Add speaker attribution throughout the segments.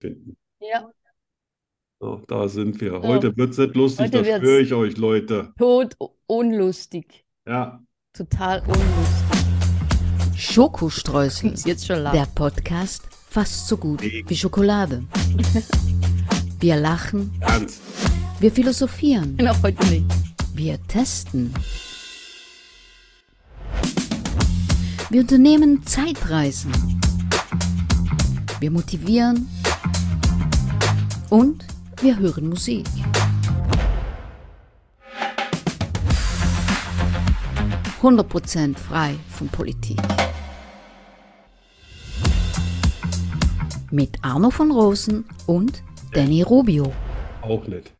Speaker 1: finden.
Speaker 2: Ja,
Speaker 1: So, da sind wir.
Speaker 2: so.
Speaker 1: Heute wird's nicht lustig,
Speaker 2: Heute
Speaker 1: das schwöre
Speaker 2: wird's
Speaker 1: ich euch, Leute.
Speaker 2: tot unlustig.
Speaker 1: Ja,
Speaker 2: Total unlustig. Ich
Speaker 3: Schokostreusel,
Speaker 2: muss jetzt schon
Speaker 3: der
Speaker 2: lachen.
Speaker 3: Podcast fast so gut
Speaker 1: nee,
Speaker 3: wie Schokolade. Wir lachen,
Speaker 1: ernst.
Speaker 3: wir philosophieren,
Speaker 2: Noch heute nicht.
Speaker 3: wir testen. Wir unternehmen Zeitreisen. Wir motivieren und wir hören Musik. Prozent frei von Politik. Mit Arno von Rosen und Danny Rubio.
Speaker 1: Auch nicht.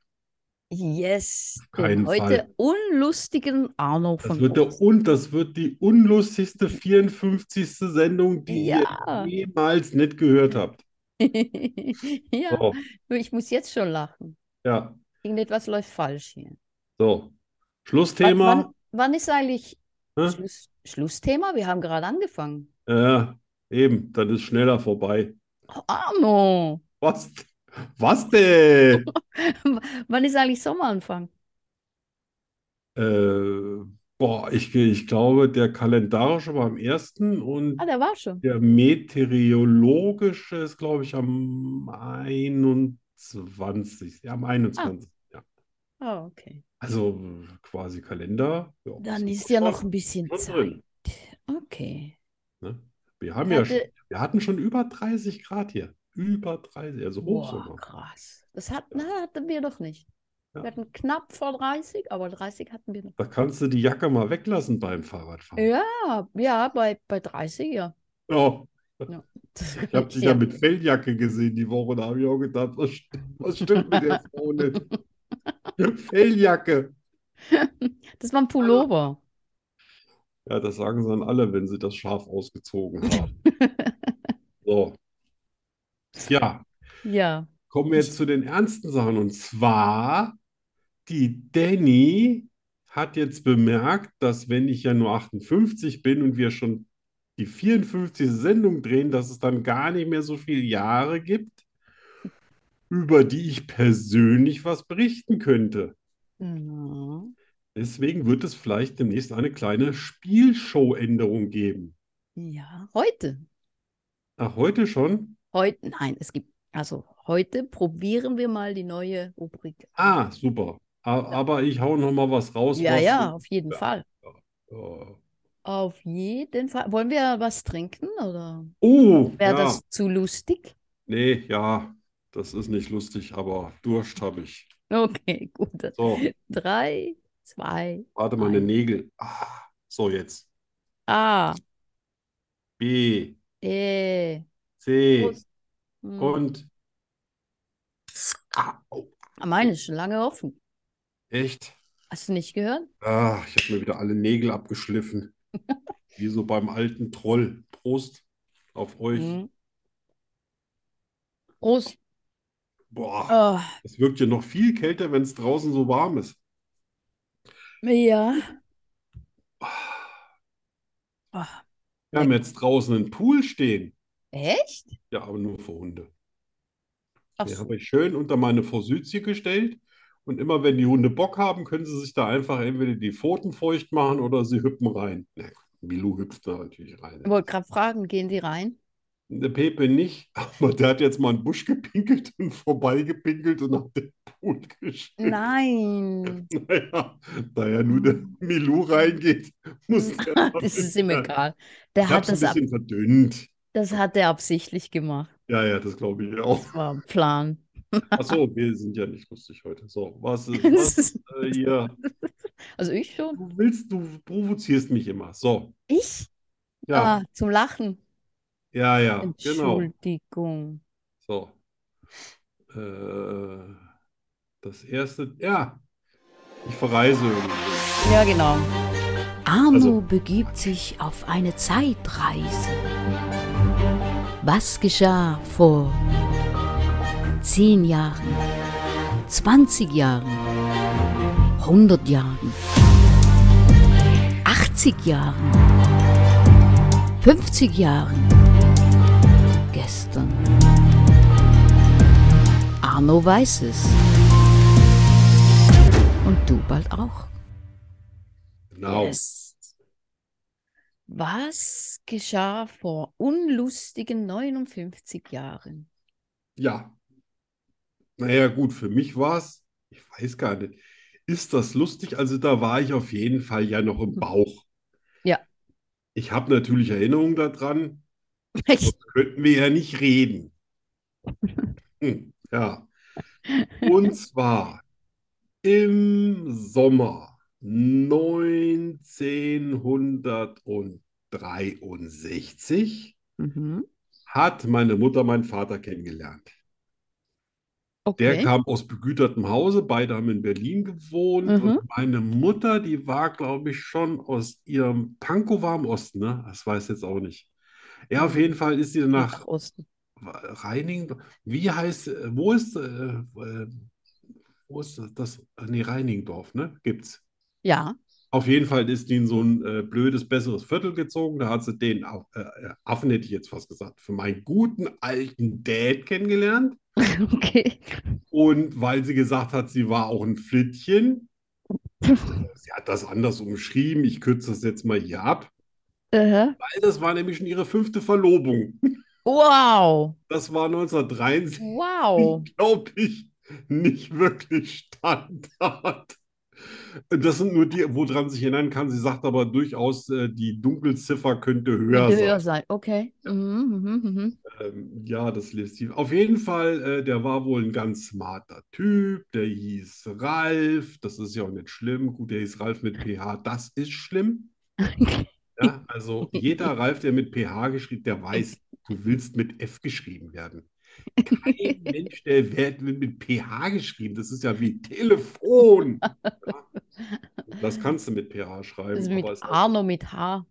Speaker 2: Yes,
Speaker 1: Auf
Speaker 2: den
Speaker 1: keinen Fall.
Speaker 2: heute unlustigen Arno
Speaker 1: Das
Speaker 2: von
Speaker 1: wird der
Speaker 2: Rosen.
Speaker 1: und das wird die unlustigste 54. Sendung, die ihr
Speaker 2: Ja.
Speaker 1: jemals nicht gehört habt.
Speaker 2: Ja,
Speaker 1: So,
Speaker 2: ich muss jetzt schon lachen.
Speaker 1: ja,
Speaker 2: Irgendetwas läuft falsch hier.
Speaker 1: so.
Speaker 2: Wann, wann,
Speaker 1: Schlussthema.
Speaker 2: wann ist eigentlich
Speaker 1: Ne?
Speaker 2: Schluss, Schlussthema? Wir haben gerade angefangen.
Speaker 1: Ja, Äh, eben, dann ist schneller vorbei.
Speaker 2: Oh, Arno,
Speaker 1: Was? Was denn?
Speaker 2: wann ist eigentlich Sommeranfang?
Speaker 1: Äh, boah, ich, ich glaube, der kalendarische war am 1. und
Speaker 2: Ah, der war schon.
Speaker 1: Der meteorologische ist, glaube ich, am 21. Ja, am 21. Ja.
Speaker 2: Ah, okay.
Speaker 1: Also äh, quasi Kalender. Ja,
Speaker 2: Dann
Speaker 1: sind
Speaker 2: ist
Speaker 1: wir
Speaker 2: ja
Speaker 1: schon,
Speaker 2: noch ein bisschen
Speaker 1: schon
Speaker 2: Zeit.
Speaker 1: drin.
Speaker 2: Okay.
Speaker 1: Ne? Wir
Speaker 2: Ich
Speaker 1: haben ja schon,
Speaker 2: hatte,
Speaker 1: wir hatten schon über 30 Grad hier. Über 30, also
Speaker 2: boah,
Speaker 1: Hochsommer.
Speaker 2: krass. Das hat,
Speaker 1: Ja,
Speaker 2: na, hatten wir doch nicht. Wir
Speaker 1: ja.
Speaker 2: hatten knapp vor 30, aber 30 hatten wir noch.
Speaker 1: Da kannst du die Jacke mal weglassen beim Fahrradfahren.
Speaker 2: Ja, ja, bei, bei 30, ja.
Speaker 1: Ja,
Speaker 2: Ja.
Speaker 1: ich habe dich ja
Speaker 2: Ja.
Speaker 1: mit Felljacke gesehen die Woche. Da habe ich auch gedacht, was stimmt, was stimmt mit der Frau nicht? Felljacke.
Speaker 2: Das war ein Pullover.
Speaker 1: Ja, das sagen sie dann alle, wenn sie das Schaf ausgezogen haben. So, ja,
Speaker 2: Ja.
Speaker 1: kommen wir
Speaker 2: Ich,
Speaker 1: jetzt zu den ernsten Sachen. Und zwar, die Dani hat jetzt bemerkt, dass wenn ich ja nur 58 bin und wir schon die 54. Sendung drehen, dass es dann gar nicht mehr so viele Jahre gibt, über die ich persönlich was berichten könnte.
Speaker 2: Mhm.
Speaker 1: Deswegen wird es vielleicht demnächst eine kleine Spielshow-Änderung geben.
Speaker 2: ja, heute.
Speaker 1: Ach, heute schon?
Speaker 2: Heute, nein, es gibt, also heute probieren wir mal die neue Rubrik.
Speaker 1: Ah, super. A-
Speaker 2: Ja,
Speaker 1: Aber ich hau noch mal was raus,
Speaker 2: ja,
Speaker 1: was. Oh,
Speaker 2: ja, auf jeden
Speaker 1: Ja.
Speaker 2: Fall.
Speaker 1: ja.
Speaker 2: Auf jeden Fall. Wollen wir was trinken oder
Speaker 1: Oh,
Speaker 2: wäre
Speaker 1: ja.
Speaker 2: das zu lustig?
Speaker 1: Nee, ja. Das ist nicht lustig, aber Durst habe ich.
Speaker 2: Okay, gut.
Speaker 1: So,
Speaker 2: Drei, zwei,
Speaker 1: warte meine
Speaker 2: eins.
Speaker 1: Nägel. Ah, so jetzt.
Speaker 2: Ah,
Speaker 1: B,
Speaker 2: eh.
Speaker 1: C
Speaker 2: Prost. Hm.
Speaker 1: Äh, und. Ah, au,
Speaker 2: Ah, Meine ist schon lange offen.
Speaker 1: echt?
Speaker 2: Hast du nicht gehört?
Speaker 1: Ah, ich habe mir wieder alle Nägel abgeschliffen. Wie so beim alten Troll. Prost auf euch.
Speaker 2: Hm. Prost.
Speaker 1: Boah,
Speaker 2: Ah,
Speaker 1: es wirkt ja noch viel kälter, wenn es draußen so warm ist.
Speaker 2: ja.
Speaker 1: Ah.
Speaker 2: Ah,
Speaker 1: Wir haben
Speaker 2: lecker.
Speaker 1: jetzt draußen einen Pool stehen.
Speaker 2: Echt?
Speaker 1: Ja, aber nur für Hunde.
Speaker 2: Ach
Speaker 1: Den
Speaker 2: so.
Speaker 1: habe ich schön unter meine Forsythie gestellt. Und immer wenn die Hunde Bock haben, können sie sich da einfach entweder die Pfoten feucht machen oder sie hüppen rein. Na, gut, Milou hüpft da natürlich
Speaker 2: Ich
Speaker 1: rein.
Speaker 2: wollte gerade fragen, gehen die rein?
Speaker 1: Der Pepe nicht, aber der hat jetzt mal einen Busch gepinkelt und vorbeigepinkelt und hat den Pool geschüttet.
Speaker 2: Nein.
Speaker 1: Naja, da ja nur der
Speaker 2: Hm.
Speaker 1: Milou reingeht, muss der mal
Speaker 2: Das ist ihm
Speaker 1: bisschen.
Speaker 2: egal. Der
Speaker 1: Ich habe
Speaker 2: hat
Speaker 1: es ein
Speaker 2: das ab,
Speaker 1: bisschen verdünnt.
Speaker 2: das hat er absichtlich gemacht.
Speaker 1: Ja, ja, das glaube ich auch.
Speaker 2: Das war ein Plan.
Speaker 1: Ach so, wir sind ja nicht lustig heute. So, was ist,
Speaker 2: Das
Speaker 1: was
Speaker 2: ist-
Speaker 1: äh, hier?
Speaker 2: Also ich schon.
Speaker 1: Du willst, du provozierst mich immer. So,
Speaker 2: Ich?
Speaker 1: ja,
Speaker 2: Ah, zum Lachen.
Speaker 1: ja, ja, genau.
Speaker 2: Entschuldigung.
Speaker 1: So, äh, das erste, ja, ich verreise irgendwo.
Speaker 2: Ja, genau.
Speaker 3: Arno
Speaker 1: Also,
Speaker 3: begibt sich auf eine Zeitreise. Was geschah vor 10 Jahren, 20 Jahren, 100 Jahren, 80 Jahren, 50 Jahren, gestern? Arno weiß es. Und du bald auch.
Speaker 1: Genau.
Speaker 2: Yes. Was geschah vor unlustigen 59 Jahren?
Speaker 1: Ja. Naja, gut, für mich war es, ich weiß gar nicht, ist das lustig? Also da war ich auf jeden Fall ja noch im Bauch.
Speaker 2: Hm. Ja.
Speaker 1: Ich habe natürlich Erinnerungen daran,
Speaker 2: Ich,
Speaker 1: sonst könnten wir ja nicht reden. Hm, ja. Und zwar im Sommer 1963
Speaker 2: mhm.
Speaker 1: hat meine Mutter meinen Vater kennengelernt. Der
Speaker 2: Okay.
Speaker 1: kam aus begütertem Hause, beide haben in Berlin gewohnt
Speaker 2: Mhm.
Speaker 1: und meine Mutter, die war, glaube ich, schon aus ihrem Pankow war im Osten, ne? Das weiß ich jetzt auch nicht. Ja, auf jeden Fall ist sie dann nach
Speaker 2: Nach Osten.
Speaker 1: Reiningen, wie heißt, äh, wo ist, äh, äh, wo ist das? das- Nee, Reinigendorf, ne? Gibt's.
Speaker 2: Ja.
Speaker 1: Auf jeden Fall ist die in so ein äh, blödes, besseres Viertel gezogen. Da hat sie den Au- äh, äh, Affen, hätte ich jetzt fast gesagt, für meinen guten alten Dad kennengelernt.
Speaker 2: Okay.
Speaker 1: Und weil sie gesagt hat, sie war auch ein Flittchen, sie hat das anders umschrieben. Ich kürze das jetzt mal hier ab,
Speaker 2: Aha.
Speaker 1: weil das war nämlich schon ihre fünfte Verlobung.
Speaker 2: Wow.
Speaker 1: Das war 1963.
Speaker 2: Wow.
Speaker 1: glaube ich, nicht wirklich Standard. Das sind nur die, woran sich erinnern kann. Sie sagt aber durchaus, äh, die Dunkelziffer könnte höher
Speaker 2: Könnte
Speaker 1: sein.
Speaker 2: höher sein. Okay. Mhm, mhm, mhm.
Speaker 1: Ähm, ja, das lässt sie. Auf jeden Fall, äh, der war wohl ein ganz smarter Typ. Der hieß Ralf. Das ist ja auch nicht schlimm. Gut, der hieß Ralf mit PH. Das ist schlimm. Ja, also jeder Ralf, der mit PH geschrieben, der weiß, du willst mit F geschrieben werden. Kein Mensch, der wird mit PH geschrieben. Das ist ja wie Telefon. Ja, das kannst du mit PH schreiben,
Speaker 2: Das ist
Speaker 1: aber
Speaker 2: mit
Speaker 1: es heißt
Speaker 2: Arno mit H.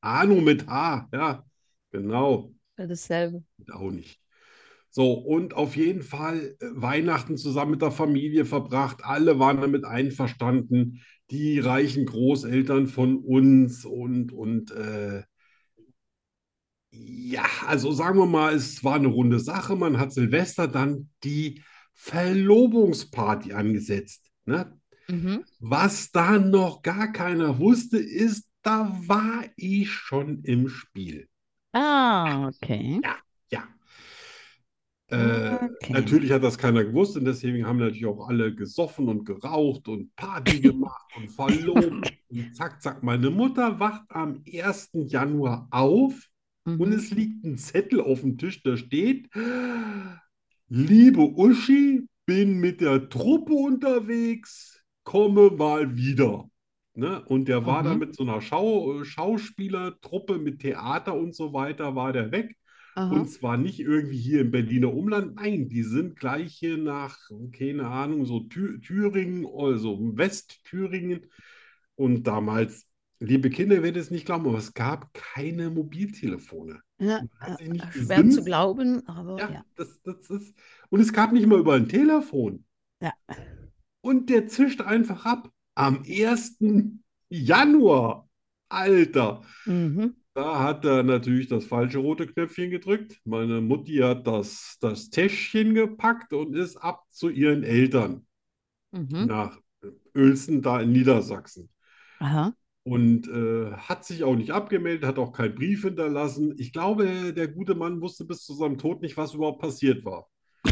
Speaker 1: Arno mit H. Ja, genau.
Speaker 2: Dasselbe.
Speaker 1: Auch nicht. So, und auf jeden Fall äh, Weihnachten zusammen mit der Familie verbracht. Alle waren damit einverstanden. Die reichen Großeltern von uns und, und äh, ja, also sagen wir mal, es war eine runde Sache. Man hat Silvester dann die Verlobungsparty angesetzt. Ne?
Speaker 2: Mhm.
Speaker 1: Was da noch gar keiner wusste, ist, da war ich schon im Spiel.
Speaker 2: Ah, okay.
Speaker 1: Ja.
Speaker 2: Mhm.
Speaker 1: Äh,
Speaker 2: Okay.
Speaker 1: natürlich hat das keiner gewusst und deswegen haben natürlich auch alle gesoffen und geraucht und Party gemacht und verlobt. Und zack, zack. Meine Mutter wacht am 1. Januar auf und
Speaker 2: Mhm.
Speaker 1: es liegt ein Zettel auf dem Tisch, da steht: Liebe Uschi, bin mit der Truppe unterwegs, komme mal wieder. Ne? Und der war da
Speaker 2: Mhm.
Speaker 1: mit so einer Schau äh, Schauspielertruppe mit Theater und so weiter, war der weg.
Speaker 2: Aha.
Speaker 1: Und zwar nicht irgendwie hier im Berliner Umland, nein, die sind gleich hier nach, keine Ahnung, so Thü Thüringen, also Westthüringen. Und damals, liebe Kinder, werdet es nicht glauben, aber es gab keine Mobiltelefone.
Speaker 2: Ja,
Speaker 1: Man hat
Speaker 2: äh,
Speaker 1: sich nicht
Speaker 2: äh, schwer zu
Speaker 1: gesinnt.
Speaker 2: glauben, aber
Speaker 1: Ja,
Speaker 2: ja.
Speaker 1: das, das ist. Und es gab nicht mal über ein Telefon.
Speaker 2: Ja.
Speaker 1: Und der zischt einfach ab. Am 1. Januar. Alter.
Speaker 2: Mhm.
Speaker 1: Da hat er natürlich das falsche rote Knöpfchen gedrückt. Meine Mutti hat das, das Täschchen gepackt und ist ab zu ihren Eltern
Speaker 2: Mhm.
Speaker 1: nach Uelzen da in Niedersachsen.
Speaker 2: Aha.
Speaker 1: Und äh, hat sich auch nicht abgemeldet, hat auch keinen Brief hinterlassen. Ich glaube, der gute Mann wusste bis zu seinem Tod nicht, was überhaupt passiert war.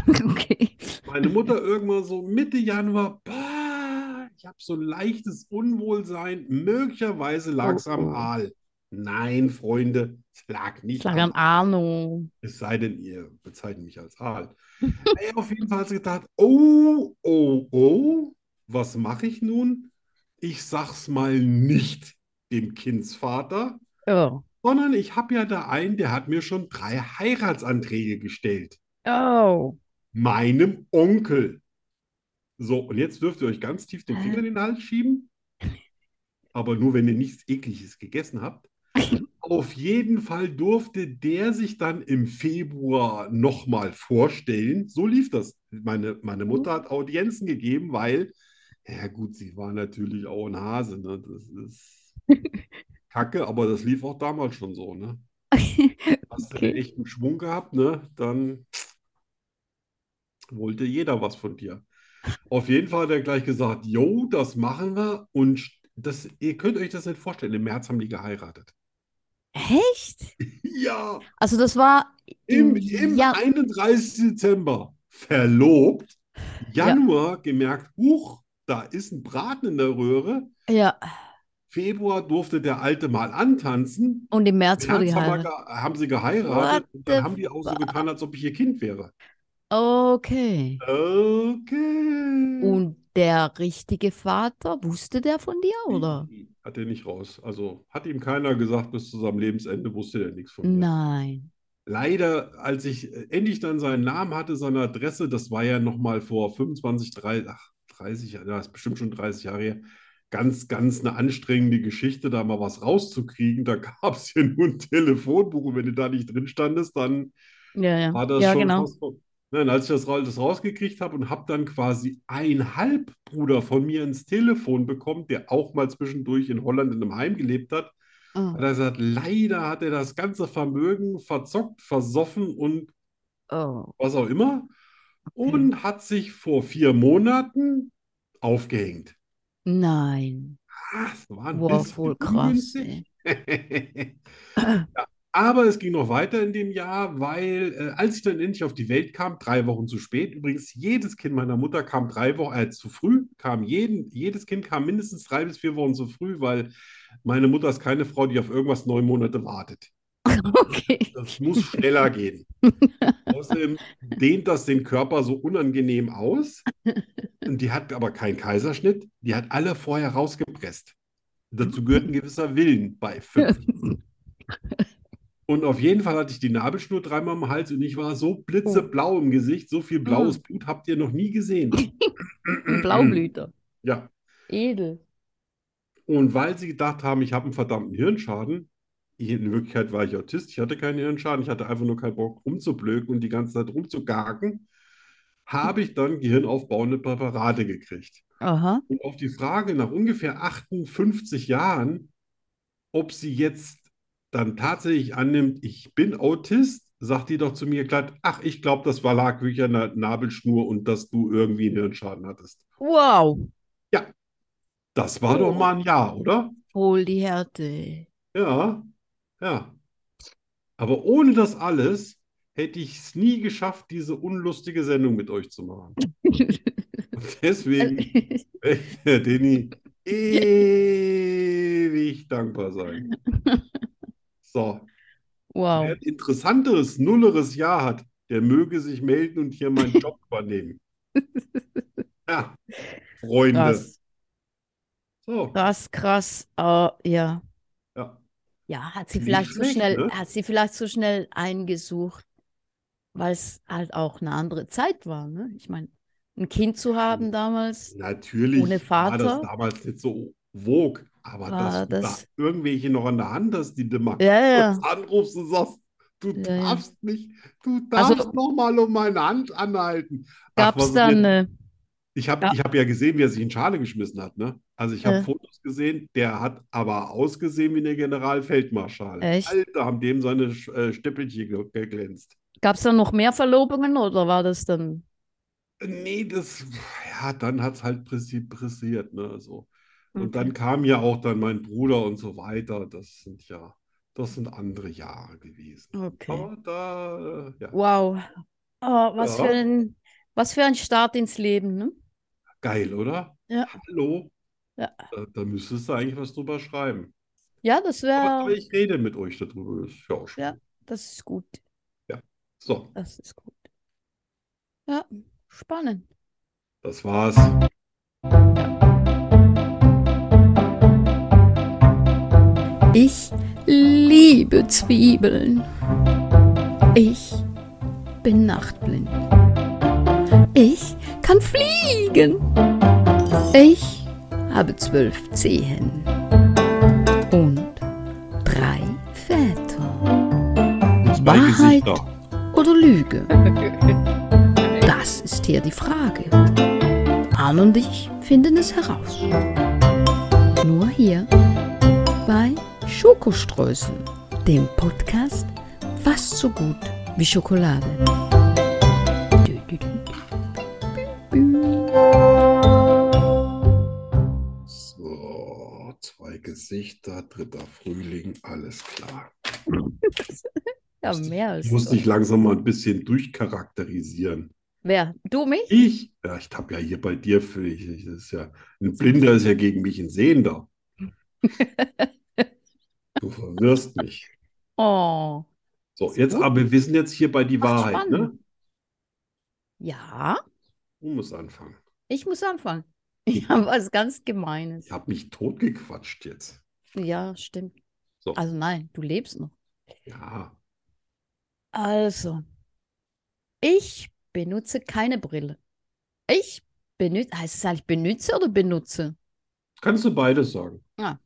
Speaker 2: Okay.
Speaker 1: Meine Mutter irgendwann so Mitte Januar, boah, ich habe so ein leichtes Unwohlsein, möglicherweise lag
Speaker 2: Oh,
Speaker 1: es am
Speaker 2: oh.
Speaker 1: Aal. Nein, Freunde, es lag nicht
Speaker 2: Schlag
Speaker 1: am
Speaker 2: am Arno.
Speaker 1: Es sei denn, ihr bezeichnet mich als Aal. Naja, auf jeden Fall hat sie gedacht, oh, oh, oh, was mache ich nun? Ich sag's mal nicht dem Kindsvater,
Speaker 2: Oh.
Speaker 1: sondern ich habe ja da einen, der hat mir schon drei Heiratsanträge gestellt.
Speaker 2: Oh.
Speaker 1: Meinem Onkel. So, und jetzt dürft ihr euch ganz tief den Finger
Speaker 2: Hä?
Speaker 1: in den Hals schieben, aber nur, wenn ihr nichts Ekliges gegessen habt. Auf jeden Fall durfte der sich dann im Februar nochmal vorstellen. So lief das. Meine, meine
Speaker 2: Mhm.
Speaker 1: Mutter hat Audienzen gegeben, weil, ja gut, sie war natürlich auch ein Hase. Ne? Das ist kacke, aber das lief auch damals schon so. Ne? Hast du den
Speaker 2: Okay.
Speaker 1: echten Schwung gehabt, ne? dann wollte jeder was von dir. Auf jeden Fall hat er gleich gesagt, jo, das machen wir. Und st- das, ihr könnt euch das nicht vorstellen, im März haben die geheiratet.
Speaker 2: Echt?
Speaker 1: Ja,
Speaker 2: Also das war
Speaker 1: im,
Speaker 2: im
Speaker 1: im
Speaker 2: Ja-
Speaker 1: 31. Dezember verlobt,
Speaker 2: Ja.
Speaker 1: Januar gemerkt, huch, da ist ein Braten in der Röhre.
Speaker 2: ja.
Speaker 1: Februar durfte der Alte mal antanzen.
Speaker 2: Und im März
Speaker 1: Im
Speaker 2: wurde
Speaker 1: März haben, wir
Speaker 2: geheiratet.
Speaker 1: ge- haben sie geheiratet
Speaker 2: What
Speaker 1: und dann
Speaker 2: the
Speaker 1: haben die auch so getan, als ob ich ihr Kind wäre.
Speaker 2: Okay.
Speaker 1: Okay.
Speaker 2: Und der richtige Vater, wusste der von dir,
Speaker 1: Mhm.
Speaker 2: oder?
Speaker 1: Hm, Hat er nicht raus. Also hat ihm keiner gesagt, bis zu seinem Lebensende wusste er nichts von mir.
Speaker 2: Nein.
Speaker 1: Leider, als ich äh, endlich dann seinen Namen hatte, seine Adresse, das war ja nochmal vor 25, 30, ach, 30, ja, das ist bestimmt schon 30 Jahre her, ganz, ganz eine anstrengende Geschichte, da mal was rauszukriegen. Da gab es ja nur ein Telefonbuch und wenn du da nicht drin standest, dann
Speaker 2: Ja, ja.
Speaker 1: war das
Speaker 2: Ja,
Speaker 1: schon
Speaker 2: genau.
Speaker 1: fast. so. Nein, als ich das, ra- das rausgekriegt habe und habe dann quasi einen Halbbruder von mir ins Telefon bekommen, der auch mal zwischendurch in Holland in einem Heim gelebt hat,
Speaker 2: Oh.
Speaker 1: hat er gesagt, leider hat er das ganze Vermögen verzockt, versoffen und
Speaker 2: Oh,
Speaker 1: was auch immer
Speaker 2: okay.
Speaker 1: und hat sich vor vier Monaten aufgehängt.
Speaker 2: Nein.
Speaker 1: Ah, Das war ein
Speaker 2: Wow,
Speaker 1: bisschen
Speaker 2: voll krass,
Speaker 1: ungünstig. Aber es ging noch weiter in dem Jahr, weil äh, als ich dann endlich auf die Welt kam, drei Wochen zu spät, übrigens jedes Kind meiner Mutter kam drei Wochen äh, zu früh, kam jeden, jedes Kind kam mindestens drei bis vier Wochen zu früh, weil meine Mutter ist keine Frau, die auf irgendwas neun Monate wartet.
Speaker 2: Okay.
Speaker 1: Das muss schneller gehen. Außerdem dehnt das den Körper so unangenehm aus. Und die hat aber keinen Kaiserschnitt, die hat alle vorher rausgepresst. Dazu gehört ein gewisser Willen bei fünf. Und auf jeden Fall hatte ich die Nabelschnur dreimal am Hals und ich war so blitzeblau im Gesicht. So viel blaues Blut habt ihr noch nie gesehen.
Speaker 2: Blaublüter.
Speaker 1: Ja.
Speaker 2: Edel.
Speaker 1: Und weil sie gedacht haben, ich habe einen verdammten Hirnschaden, in Wirklichkeit war ich Autist, ich hatte keinen Hirnschaden, ich hatte einfach nur keinen Bock rumzublöken und die ganze Zeit rumzugaken, habe ich dann gehirnaufbauende Präparate gekriegt.
Speaker 2: Aha.
Speaker 1: Und auf die Frage nach ungefähr 58 Jahren, ob sie jetzt dann tatsächlich annimmt, ich bin Autist, sagt die doch zu mir glatt, ach, ich glaube, das war lag wirklich an der Nabelschnur und dass du irgendwie einen Hirnschaden hattest.
Speaker 2: Wow.
Speaker 1: Das war doch
Speaker 2: Oh.
Speaker 1: mal ein Jahr, oder?
Speaker 2: Voll die Härte.
Speaker 1: Ja, ja. Aber ohne das alles hätte ich es nie geschafft, diese unlustige Sendung mit euch zu machen. Und deswegen werde ich der Deni ewig dankbar sein. So,
Speaker 2: Wow.
Speaker 1: wer ein interessanteres, nulleres Jahr hat, der möge sich melden und hier meinen Job übernehmen. Ja, Freunde.
Speaker 2: Krass.
Speaker 1: So,
Speaker 2: Krass, krass. Ah, ja.
Speaker 1: ja.
Speaker 2: Ja, hat sie
Speaker 1: Nicht
Speaker 2: vielleicht zu
Speaker 1: schlecht,
Speaker 2: schnell,
Speaker 1: ne?
Speaker 2: hat sie vielleicht zu schnell eingesucht, weil es halt auch eine andere Zeit war, ne? Ich meine, ein Kind zu
Speaker 1: Hm.
Speaker 2: haben damals,
Speaker 1: Natürlich
Speaker 2: Ohne
Speaker 1: war
Speaker 2: Vater?
Speaker 1: das damals nicht so vogue, aber
Speaker 2: War
Speaker 1: dass du
Speaker 2: das-
Speaker 1: da irgendwelche noch an der Hand hast, die du mal
Speaker 2: ja, ja,
Speaker 1: kurz anrufst und sagst, du
Speaker 2: Ja, ja.
Speaker 1: darfst nicht, du
Speaker 2: Also-
Speaker 1: darfst noch mal um meine Hand anhalten. Ach,
Speaker 2: gab's äh,
Speaker 1: was
Speaker 2: da
Speaker 1: mir-
Speaker 2: eine,
Speaker 1: Ich habe
Speaker 2: Ja.
Speaker 1: ich hab ja gesehen, wie er sich in Schale geschmissen hat, ne? Also ich habe
Speaker 2: Äh.
Speaker 1: Fotos gesehen, der hat aber ausgesehen wie der Generalfeldmarschall.
Speaker 2: Echt?
Speaker 1: Alter, haben dem seine Sch- äh, Stippelchen ge- geglänzt.
Speaker 2: gab's da noch mehr Verlobungen oder war das dann?
Speaker 1: Äh, Nee, das, ja, dann hat es halt pressi- pressiert, ne, so. Und
Speaker 2: Okay.
Speaker 1: dann kam ja auch dann mein Bruder und so weiter. Das sind ja, das sind andere Jahre gewesen.
Speaker 2: Okay.
Speaker 1: Aber da, äh, ja,
Speaker 2: Wow. Oh, was
Speaker 1: Ja.
Speaker 2: für ein, was für ein Start ins Leben, ne?
Speaker 1: geil, oder?
Speaker 2: Ja.
Speaker 1: Hallo?
Speaker 2: Ja.
Speaker 1: Da, da müsstest du eigentlich was drüber schreiben.
Speaker 2: Ja, das
Speaker 1: Aber, aber
Speaker 2: wäre,
Speaker 1: ich rede mit euch darüber. Das ist ja auch schön.
Speaker 2: Ja. das ist gut.
Speaker 1: So,
Speaker 2: Das ist gut. Ja, spannend.
Speaker 1: das war's.
Speaker 3: Ich liebe Zwiebeln. Ich bin nachtblind. Ich kann fliegen. Ich habe zwölf Zehen und drei Väter.
Speaker 1: Zwei
Speaker 3: Wahrheit.
Speaker 1: Gesichter.
Speaker 3: Oder Lüge? Das ist hier die Frage. Arne und ich finden es heraus. Nur hier bei Schokoströßen, dem Podcast fast so gut wie Schokolade. Dü, dü, dü.
Speaker 1: dritter Frühling, alles klar.
Speaker 2: Ja, mehr als
Speaker 1: Ich muss
Speaker 2: doch.
Speaker 1: dich langsam mal ein bisschen durchcharakterisieren.
Speaker 2: Wer? Du mich?
Speaker 1: Ich? Ja, ich habe ja hier bei dir für ich, ich- das ist ja, ein Blinder ist ja gegen mich ein Sehender. Du verwirrst mich.
Speaker 2: Oh.
Speaker 1: So, jetzt aber, wir wissen jetzt hier bei die
Speaker 2: Macht's
Speaker 1: Wahrheit,
Speaker 2: spannend.
Speaker 1: ne?
Speaker 2: Ja,
Speaker 1: Du musst anfangen.
Speaker 2: ich muss anfangen. Ich habe was ganz Gemeines.
Speaker 1: Ich habe mich totgequatscht jetzt.
Speaker 2: Ja, stimmt.
Speaker 1: So.
Speaker 2: Also nein, du lebst noch.
Speaker 1: Ja,
Speaker 2: Also, ich benutze keine Brille. Ich benutze, heißt es eigentlich benütze oder benutze?
Speaker 1: kannst du beides sagen.
Speaker 2: Ja.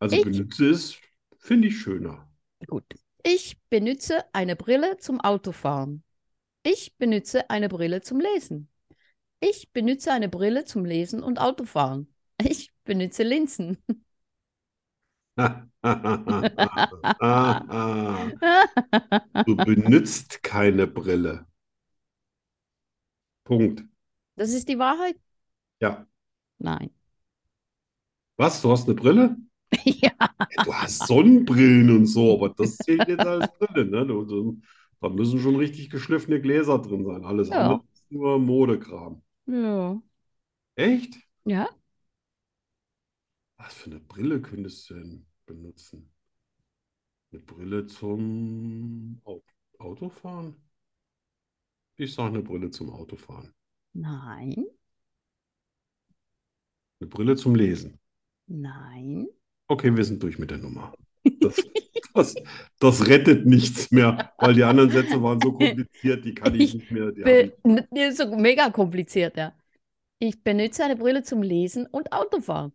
Speaker 1: Also
Speaker 2: Ich-
Speaker 1: benutze es, finde ich schöner.
Speaker 2: Gut. Ich benütze eine Brille zum Autofahren. Ich benütze eine Brille zum Lesen. Ich benütze eine Brille zum Lesen und Autofahren. Ich benütze Linsen.
Speaker 1: Du benutzt keine Brille. Punkt.
Speaker 2: Das ist die Wahrheit?
Speaker 1: Ja.
Speaker 2: Nein.
Speaker 1: Was? Du hast eine Brille?
Speaker 2: Ja.
Speaker 1: Du hast Sonnenbrillen und so, aber das zählt jetzt als Brille, ne? Du, du, da müssen schon richtig geschliffene Gläser drin sein. Alles
Speaker 2: Ja.
Speaker 1: andere ist nur Modekram.
Speaker 2: Ja.
Speaker 1: Echt?
Speaker 2: Ja.
Speaker 1: Was für eine Brille könntest du denn benutzen? Eine Brille zum Au- Autofahren? Ich sage eine Brille zum Autofahren.
Speaker 2: Nein.
Speaker 1: Eine Brille zum Lesen.
Speaker 2: Nein.
Speaker 1: Okay, wir sind durch mit der Nummer. Das, das, das rettet nichts mehr, weil die anderen Sätze waren so kompliziert, die kann ich nicht mehr. Die hab ich-
Speaker 2: Be die ist so mega kompliziert, ja. Ich benütze eine Brille zum Lesen und Autofahren.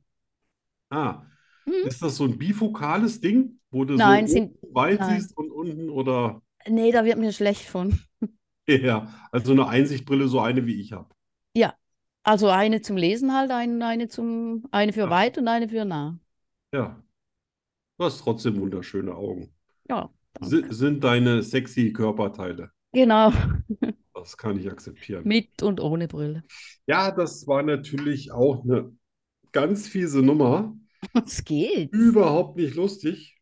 Speaker 1: Ah,
Speaker 2: Mhm.
Speaker 1: ist das so ein bifokales Ding, wo du so
Speaker 2: Nein,
Speaker 1: oben
Speaker 2: sind-
Speaker 1: weit
Speaker 2: nein.
Speaker 1: siehst und unten oder
Speaker 2: Nee, da wird mir schlecht von.
Speaker 1: ja, also eine Einsichtbrille, so eine wie ich habe.
Speaker 2: Also eine zum Lesen halt, eine, eine zum, eine für
Speaker 1: Ja.
Speaker 2: weit und eine für nah.
Speaker 1: Ja. Du hast trotzdem wunderschöne Augen.
Speaker 2: Ja,
Speaker 1: Si- Sind deine sexy Körperteile.
Speaker 2: genau.
Speaker 1: Das kann ich akzeptieren.
Speaker 2: Mit und ohne Brille.
Speaker 1: Ja, das war natürlich auch eine ganz fiese Nummer.
Speaker 2: Es geht.
Speaker 1: Überhaupt nicht lustig.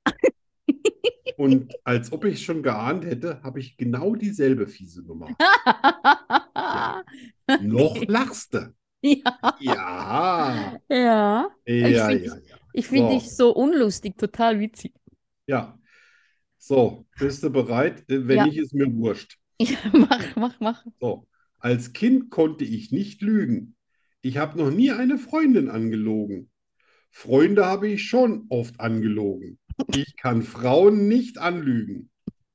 Speaker 1: Und als ob ich schon geahnt hätte, habe ich genau dieselbe fiese Nummer.
Speaker 2: ja.
Speaker 1: Noch lachst du. Ja.
Speaker 2: Ja.
Speaker 1: Ja,
Speaker 2: find-
Speaker 1: ja, ja.
Speaker 2: Ich finde
Speaker 1: So.
Speaker 2: dich so unlustig, total witzig.
Speaker 1: Ja. So, bist du bereit? Äh, Wenn
Speaker 2: Ja.
Speaker 1: nicht, ist mir wurscht.
Speaker 2: Ja, mach, mach, mach.
Speaker 1: So, als Kind konnte ich nicht lügen. Ich habe noch nie eine Freundin angelogen. Freunde habe ich schon oft angelogen. Ich kann Frauen nicht anlügen.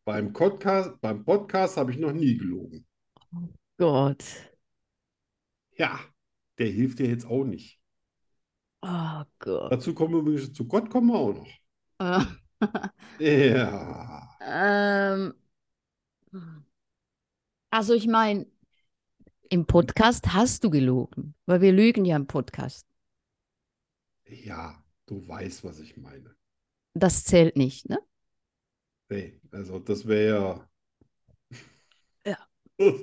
Speaker 1: Beim Podcast, beim Podcast habe ich noch nie gelogen.
Speaker 2: Gott.
Speaker 1: Ja, der hilft dir jetzt auch nicht.
Speaker 2: Oh Gott.
Speaker 1: Dazu kommen wir übrigens, zu Gott kommen wir auch noch.
Speaker 2: Äh,
Speaker 1: Ja,
Speaker 2: Ähm, also ich meine, im Podcast hast du gelogen, weil wir lügen ja im Podcast.
Speaker 1: ja, du weißt, was ich meine.
Speaker 2: Das zählt nicht, ne?
Speaker 1: Nee, also das Oh, wäre ja.
Speaker 2: Ja.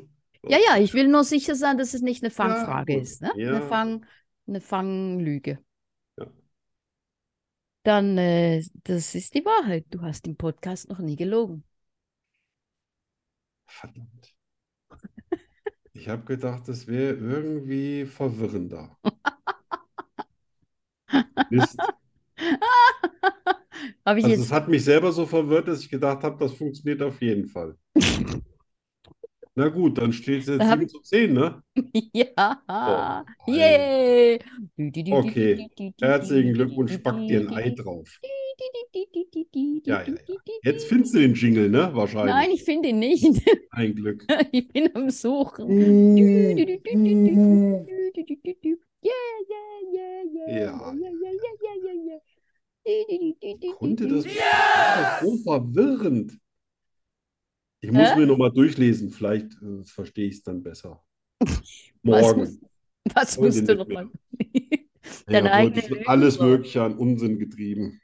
Speaker 2: Ja, ja, ich will nur sicher sein, dass es nicht eine Fangfrage
Speaker 1: gut.
Speaker 2: ist, ne?
Speaker 1: Ja.
Speaker 2: Eine Fang, eine Fanglüge.
Speaker 1: Ja.
Speaker 2: Dann, äh, das ist die Wahrheit. Du hast im Podcast noch nie gelogen.
Speaker 1: Verdammt. Ich habe gedacht, das wäre irgendwie verwirrender. Mist.
Speaker 2: Habe ich
Speaker 1: Also
Speaker 2: jetzt.
Speaker 1: es hat mich selber so verwirrt, dass ich gedacht habe, das funktioniert auf jeden Fall. Na gut, dann steht es jetzt
Speaker 2: Da hab
Speaker 1: 7 zu 10, ne?
Speaker 2: Ja.
Speaker 1: Oh,
Speaker 2: Yay.
Speaker 1: Okay. Herzlichen Glückwunsch, pack dir ein Ei drauf. Ja, ja, ja. Jetzt findest du den Jingle, ne? Wahrscheinlich.
Speaker 2: Nein, ich finde ihn nicht.
Speaker 1: Ein Glück.
Speaker 2: Ich bin am Suchen. mm.
Speaker 1: Ja,
Speaker 2: Ja, ja, ja, ja.
Speaker 1: konnte das Das war so verwirrend. Ich muss mir nochmal durchlesen, vielleicht äh, verstehe ich es dann besser.
Speaker 2: Was
Speaker 1: Morgen.
Speaker 2: Was
Speaker 1: Heute
Speaker 2: musst du
Speaker 1: nicht mehr.
Speaker 2: nochmal? deine
Speaker 1: Ja, heute
Speaker 2: eigene
Speaker 1: schon
Speaker 2: Lüge
Speaker 1: alles
Speaker 2: war-
Speaker 1: Mögliche an Unsinn getrieben.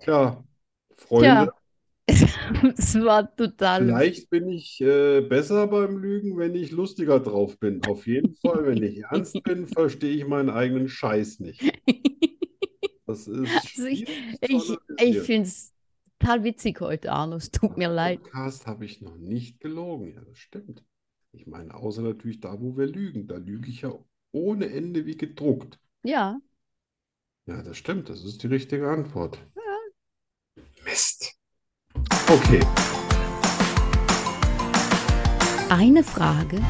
Speaker 1: Tja, Freunde,
Speaker 2: Tja, Es war total.
Speaker 1: vielleicht bin ich äh, besser beim Lügen, wenn ich lustiger drauf bin. Auf jeden Fall, wenn ich ernst bin, verstehe ich meinen eigenen Scheiß nicht. Das ist
Speaker 2: Also ich-
Speaker 1: schwierig zu
Speaker 2: Ich, ich
Speaker 1: analysieren.
Speaker 2: finde es total witzig heute, Arno. Es tut mir leid.
Speaker 1: Podcast habe ich noch nicht gelogen. Ja, das stimmt. Ich meine, außer natürlich da, wo wir lügen. Da lüge ich ja ohne Ende wie gedruckt.
Speaker 2: Ja,
Speaker 1: Ja, das stimmt. Das ist die richtige Antwort. Mist. Okay.
Speaker 3: Eine Frage,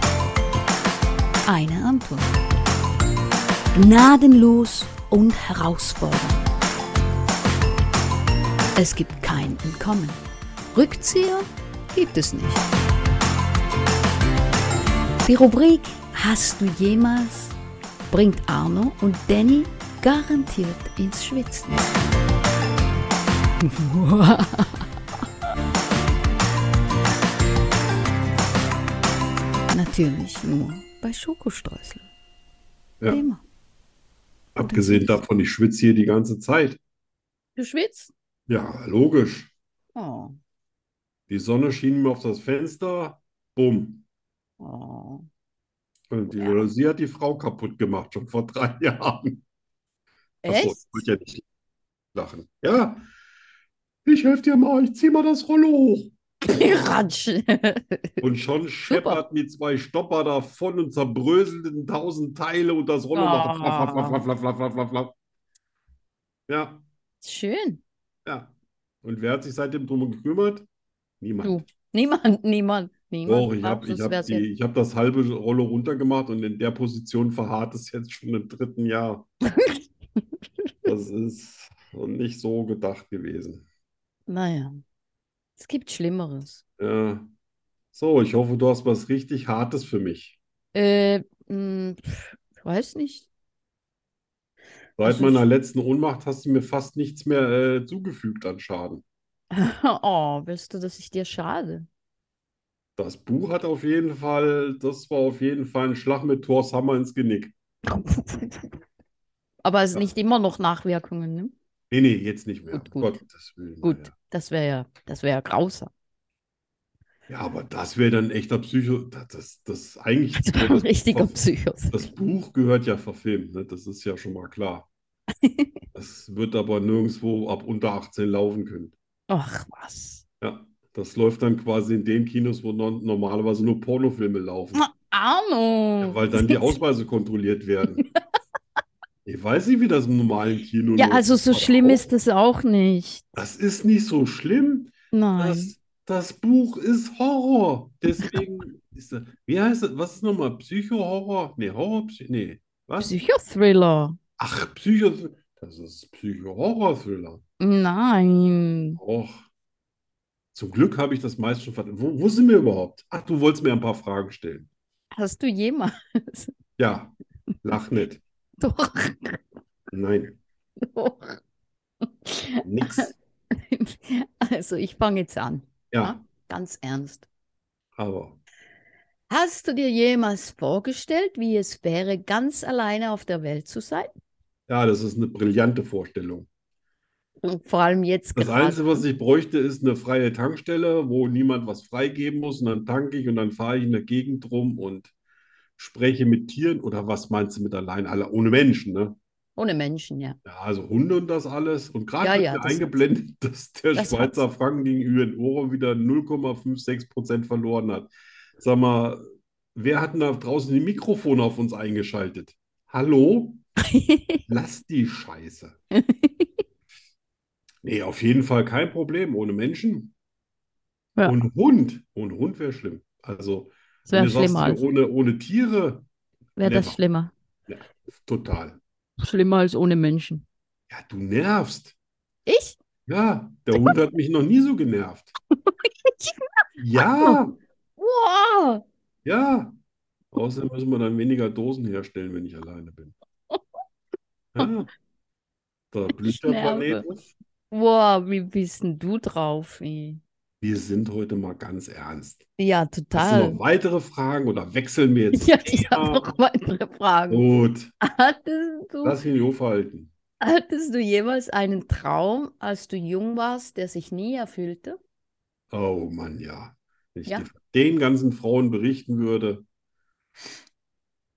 Speaker 3: eine Antwort. Gnadenlos und herausfordernd. Es gibt kein Entkommen. Rückzieher gibt es nicht. Die Rubrik Hast du jemals bringt Arno und Danny garantiert ins Schwitzen. Natürlich nur bei Schokostreuseln.
Speaker 1: Ja.
Speaker 3: Immer.
Speaker 1: Abgesehen davon, ich schwitze hier die ganze Zeit.
Speaker 2: du schwitzt?
Speaker 1: Ja, logisch.
Speaker 2: Oh,
Speaker 1: Die Sonne schien mir auf das Fenster. Bumm.
Speaker 2: oh.
Speaker 1: Und die
Speaker 2: Ja.
Speaker 1: Jalousie hat die Frau kaputt gemacht, schon vor drei Jahren. Achso,
Speaker 2: Echt?
Speaker 1: ich wollte ja nicht lachen. Ja. Ich helfe dir mal, ich zieh mal das Rollo hoch.
Speaker 2: Ratsch.
Speaker 1: Und schon schepperten die zwei Stopper davon und zerbröselten in tausend Teile und das Rollo machte flaff, flaff, flaff, flaff, flaff, flaff, flaff, flaff. Ja,
Speaker 2: Schön.
Speaker 1: ja. Und wer hat sich seitdem drum gekümmert? Niemand.
Speaker 2: Du. Niemand, niemand, niemand.
Speaker 1: Doch, ich
Speaker 2: Warum
Speaker 1: habe ich
Speaker 2: sonst
Speaker 1: hab
Speaker 2: wär's
Speaker 1: die, ich hab das halbe Rollo runtergemacht und in der Position verharrt es jetzt schon im dritten Jahr.
Speaker 2: jetzt-
Speaker 1: Das ist nicht so gedacht gewesen.
Speaker 2: Naja, es gibt Schlimmeres.
Speaker 1: Ja. So, ich hoffe, du hast was richtig Hartes für mich.
Speaker 2: Äh, mh, pf, weiß nicht.
Speaker 1: Seit
Speaker 2: Das
Speaker 1: meiner letzten Ohnmacht hast du mir fast nichts mehr äh, zugefügt an Schaden.
Speaker 2: Oh, willst du, dass ich dir schade?
Speaker 1: Das Buch hat auf jeden Fall, das war auf jeden Fall ein Schlag mit Thors Hammer ins Genick.
Speaker 2: Aber es
Speaker 1: Ja.
Speaker 2: sind nicht immer noch Nachwirkungen, ne?
Speaker 1: Nee, nee, jetzt nicht mehr. Um
Speaker 2: Gut, gut.
Speaker 1: Gottes Willen,
Speaker 2: Gut,
Speaker 1: Ja.
Speaker 2: das wäre ja, das wäre ja grausam.
Speaker 1: Ja, aber das wäre dann echter Psycho. Das, das, das eigentlich
Speaker 2: Das war ein richtiger
Speaker 1: das,
Speaker 2: Psychos.
Speaker 1: das Buch gehört ja verfilmt, ne? Das ist ja schon mal klar. Das wird aber nirgendwo ab unter 18 laufen können.
Speaker 2: Ach was.
Speaker 1: Ja, das läuft dann quasi in den Kinos, wo non normalerweise nur Pornofilme laufen.
Speaker 2: Na, Arno.
Speaker 1: Ja, weil dann die Ausweise kontrolliert werden. Ich weiß nicht, wie das im normalen Kino
Speaker 2: Ja,
Speaker 1: läuft.
Speaker 2: also so
Speaker 1: Aber
Speaker 2: schlimm
Speaker 1: auch-
Speaker 2: ist es auch nicht.
Speaker 1: Das ist nicht so schlimm.
Speaker 2: Nein.
Speaker 1: Das, das Buch ist Horror. Deswegen ist das, wie heißt das? Was ist nochmal? Psycho-Horror? Nee, Horror, Psy nee. Was?
Speaker 2: Psychothriller.
Speaker 1: Ach, Psycho, das ist Psycho-Horror-Thriller.
Speaker 2: Nein.
Speaker 1: Och. Zum Glück habe ich das meist schon ver- Wo, wo sind wir überhaupt? Ach, du wolltest mir ein paar Fragen stellen.
Speaker 2: Hast du jemals?
Speaker 1: Ja, lach nicht.
Speaker 2: Doch,
Speaker 1: Nein,
Speaker 2: doch.
Speaker 1: nix.
Speaker 2: Also, ich fange jetzt an.
Speaker 1: Ja,
Speaker 2: Ganz ernst.
Speaker 1: aber
Speaker 2: Hast du dir jemals vorgestellt, wie es wäre, ganz alleine auf der Welt zu sein?
Speaker 1: ja, das ist eine brillante Vorstellung.
Speaker 2: Und vor allem jetzt
Speaker 1: Das
Speaker 2: gerade.
Speaker 1: Einzige, was ich bräuchte, ist eine freie Tankstelle, wo niemand was freigeben muss. Und dann tanke ich und dann fahre ich in der Gegend rum und spreche mit Tieren. Oder was meinst du mit allein? Alle, ohne Menschen, ne?
Speaker 2: Ohne Menschen, ja.
Speaker 1: Ja, also Hunde und das alles. Und gerade
Speaker 2: Ja,
Speaker 1: wird
Speaker 2: ja,
Speaker 1: mir
Speaker 2: das-
Speaker 1: eingeblendet, dass der
Speaker 2: das
Speaker 1: Schweizer Franken gegenüber den Euro wieder 0,56 Prozent verloren hat. Sag mal, wer hat denn da draußen die Mikrofone auf uns eingeschaltet? Hallo? Lass die Scheiße. Nee, auf jeden Fall kein Problem ohne Menschen.
Speaker 2: Ja.
Speaker 1: Und Hund. Ohne Hund wäre schlimm. Also,
Speaker 2: Das
Speaker 1: wenn
Speaker 2: wäre
Speaker 1: du sagst,
Speaker 2: schlimmer
Speaker 1: hier
Speaker 2: als.
Speaker 1: ohne, ohne Tiere,
Speaker 2: Wäre das
Speaker 1: never.
Speaker 2: schlimmer?
Speaker 1: total.
Speaker 2: Schlimmer als ohne Menschen.
Speaker 1: Ja, du nervst.
Speaker 2: Ich?
Speaker 1: Ja, der Hund hat mich noch nie so genervt. Ja,
Speaker 2: Wow!
Speaker 1: ja. Außerdem müssen wir dann weniger Dosen herstellen, wenn ich alleine bin. Ja. Da blüht der
Speaker 2: Schnerve.
Speaker 1: Planet auf.
Speaker 2: Wow, wie bist denn du drauf? Ey?
Speaker 1: Wir sind heute mal ganz ernst.
Speaker 2: Ja,
Speaker 1: Hast du
Speaker 2: total.
Speaker 1: noch weitere Fragen oder wechseln wir jetzt?
Speaker 2: Ja, Ah. ich habe
Speaker 1: Thema?
Speaker 2: noch weitere Fragen.
Speaker 1: Gut,
Speaker 2: Hattest du,
Speaker 1: lass ihn hochhalten.
Speaker 2: hattest du jemals einen Traum, als du jung warst, der sich nie erfüllte?
Speaker 1: Oh Mann, ja. Wenn ich
Speaker 2: Ja.
Speaker 1: dir von den ganzen Frauen berichten würde.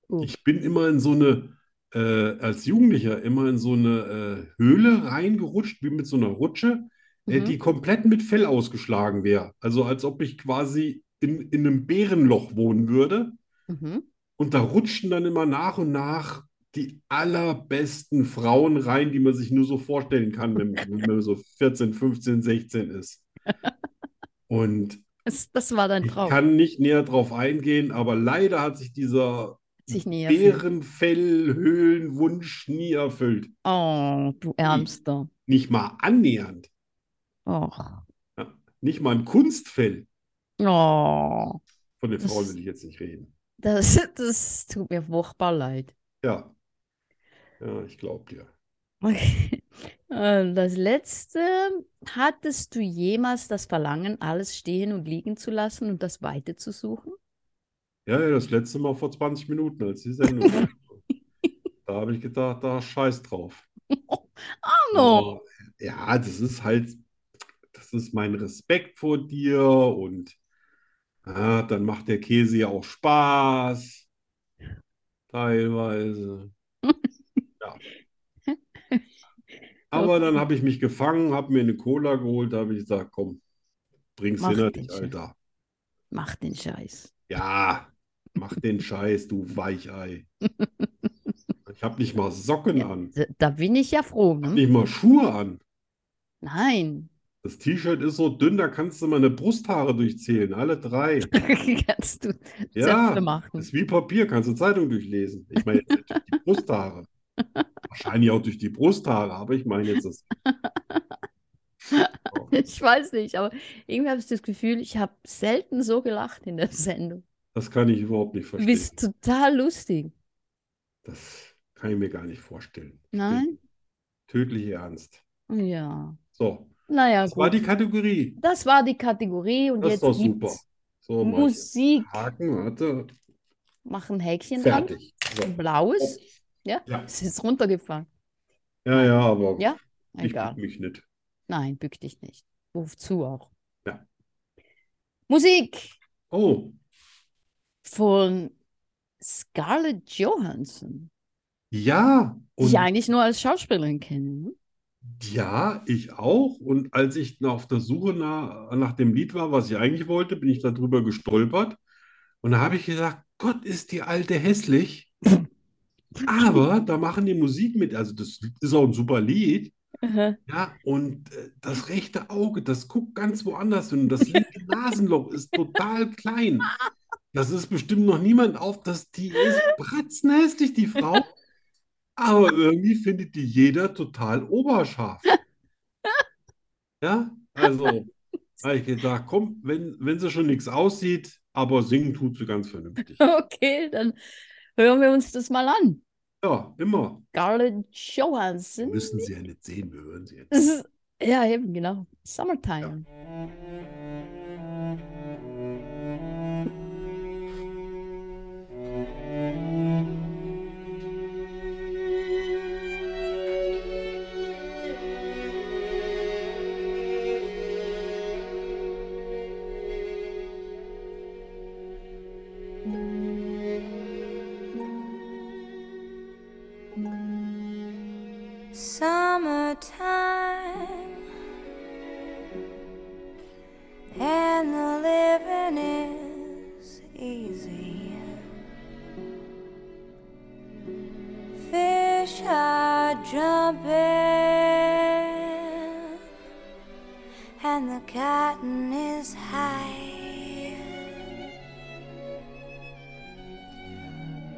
Speaker 2: Oh.
Speaker 1: Ich bin immer in so eine, äh, als Jugendlicher immer in so eine äh, Höhle reingerutscht, wie mit so einer Rutsche, äh,
Speaker 2: Mhm.
Speaker 1: die komplett mit Fell ausgeschlagen wäre. Also als ob ich quasi in, in einem Bärenloch wohnen würde.
Speaker 2: Mhm.
Speaker 1: Und da rutschten dann immer nach und nach die allerbesten Frauen rein, die man sich nur so vorstellen kann, wenn, wenn man so 14, 15, 16 ist. Und
Speaker 2: Das, das war dein
Speaker 1: ich
Speaker 2: Traum.
Speaker 1: kann nicht näher drauf eingehen, aber leider hat sich dieser
Speaker 2: Hat sich nie erfüllt.
Speaker 1: Bärenfell-Höhlenwunsch nie erfüllt.
Speaker 2: Oh, du Ärmster.
Speaker 1: Nicht mal annähernd.
Speaker 2: Och.
Speaker 1: Nicht mal ein Kunstfell.
Speaker 2: Oh.
Speaker 1: Von den
Speaker 2: Das-
Speaker 1: Frauen will ich jetzt nicht reden.
Speaker 2: Das, das tut mir furchtbar leid.
Speaker 1: Ja. Ja, ich glaube dir.
Speaker 2: Okay. Äh, Das letzte, hattest du jemals das Verlangen, alles stehen und liegen zu lassen und das Weite zu suchen?
Speaker 1: Ja, ja, das letzte Mal vor 20 Minuten, als die Sendung anfing. Da habe ich gedacht, da scheiß drauf.
Speaker 2: Arno!
Speaker 1: Aber ja, das ist halt, das ist mein Respekt vor dir und ah, dann macht der Käse ja auch Spaß. Teilweise. Ja. Aber dann habe ich mich gefangen, habe mir eine Cola geholt, da habe ich gesagt, komm, bring's
Speaker 2: Mach
Speaker 1: hinter
Speaker 2: den
Speaker 1: dich,
Speaker 2: Scheiß.
Speaker 1: Alter.
Speaker 2: Mach den Scheiß.
Speaker 1: Ja, mach den Scheiß, du Weichei. Ich habe nicht mal Socken
Speaker 2: Ja.
Speaker 1: an,
Speaker 2: Da- Da bin ich ja froh, ne?
Speaker 1: nicht mal Schuhe an.
Speaker 2: Nein.
Speaker 1: Das T-Shirt ist so dünn, da kannst du meine Brusthaare durchzählen, alle drei.
Speaker 2: Kannst du
Speaker 1: Ja,
Speaker 2: Zöpfe machen.
Speaker 1: ist wie Papier, kannst du Zeitung durchlesen. Ich meine jetzt nicht durch die Brusthaare. Wahrscheinlich auch durch die Brusthaare, aber ich meine jetzt das. So,
Speaker 2: Ich weiß nicht, aber irgendwie habe ich das Gefühl, ich habe selten so gelacht in der Sendung.
Speaker 1: Das kann ich überhaupt nicht
Speaker 2: Du
Speaker 1: verstehen.
Speaker 2: bist total lustig.
Speaker 1: Das kann ich mir gar nicht vorstellen.
Speaker 2: Nein?
Speaker 1: Tödliche Ernst.
Speaker 2: Ja.
Speaker 1: So,
Speaker 2: Naja,
Speaker 1: das war
Speaker 2: gut.
Speaker 1: die Kategorie.
Speaker 2: Das war die Kategorie und
Speaker 1: Das ist
Speaker 2: jetzt
Speaker 1: doch super. Oh
Speaker 2: gibt's
Speaker 1: So, mach ich jetzt
Speaker 2: Musik.
Speaker 1: Haken, warte,
Speaker 2: Mach ein Häkchen dran.
Speaker 1: fertig. So.
Speaker 2: Ein blaues. Ja,
Speaker 1: Ja.
Speaker 2: es ist runtergefahren.
Speaker 1: Ja, ja, aber
Speaker 2: Ja,
Speaker 1: ich
Speaker 2: Egal.
Speaker 1: bück mich nicht.
Speaker 2: Nein, bück dich nicht. Wozu auch?
Speaker 1: Ja.
Speaker 2: Musik
Speaker 1: Oh,
Speaker 2: von Scarlett Johansson,
Speaker 1: ja,
Speaker 2: die
Speaker 1: und
Speaker 2: ich eigentlich nur als Schauspielerin kenne. ne?
Speaker 1: ja, ich auch. Und als ich na- auf der Suche nach, nach dem Lied war, was ich eigentlich wollte, bin ich darüber gestolpert. Und da habe ich gesagt, Gott, ist die Alte hässlich. Aber da machen die Musik mit. Also das ist auch ein super Lied. Ja, und äh, das rechte Auge, das guckt ganz woanders hin. Das linke Nasenloch ist total klein. Das ist bestimmt noch niemand auf, dass die ist bratzenhässlich, die Frau. Aber irgendwie findet die jeder total oberscharf. Ja, also habe ich gedacht, komm, wenn, wenn sie schon nichts aussieht, aber singen tut sie ganz vernünftig.
Speaker 2: Okay, dann hören wir uns das mal an.
Speaker 1: Ja, immer.
Speaker 2: Scarlett Johansson.
Speaker 1: Müssen sie ja nicht sehen, wir hören sie jetzt.
Speaker 2: Das ist- Ja, eben, genau. Summertime.
Speaker 4: Summertime and the living is easy. Fish are jumping and the cotton is high.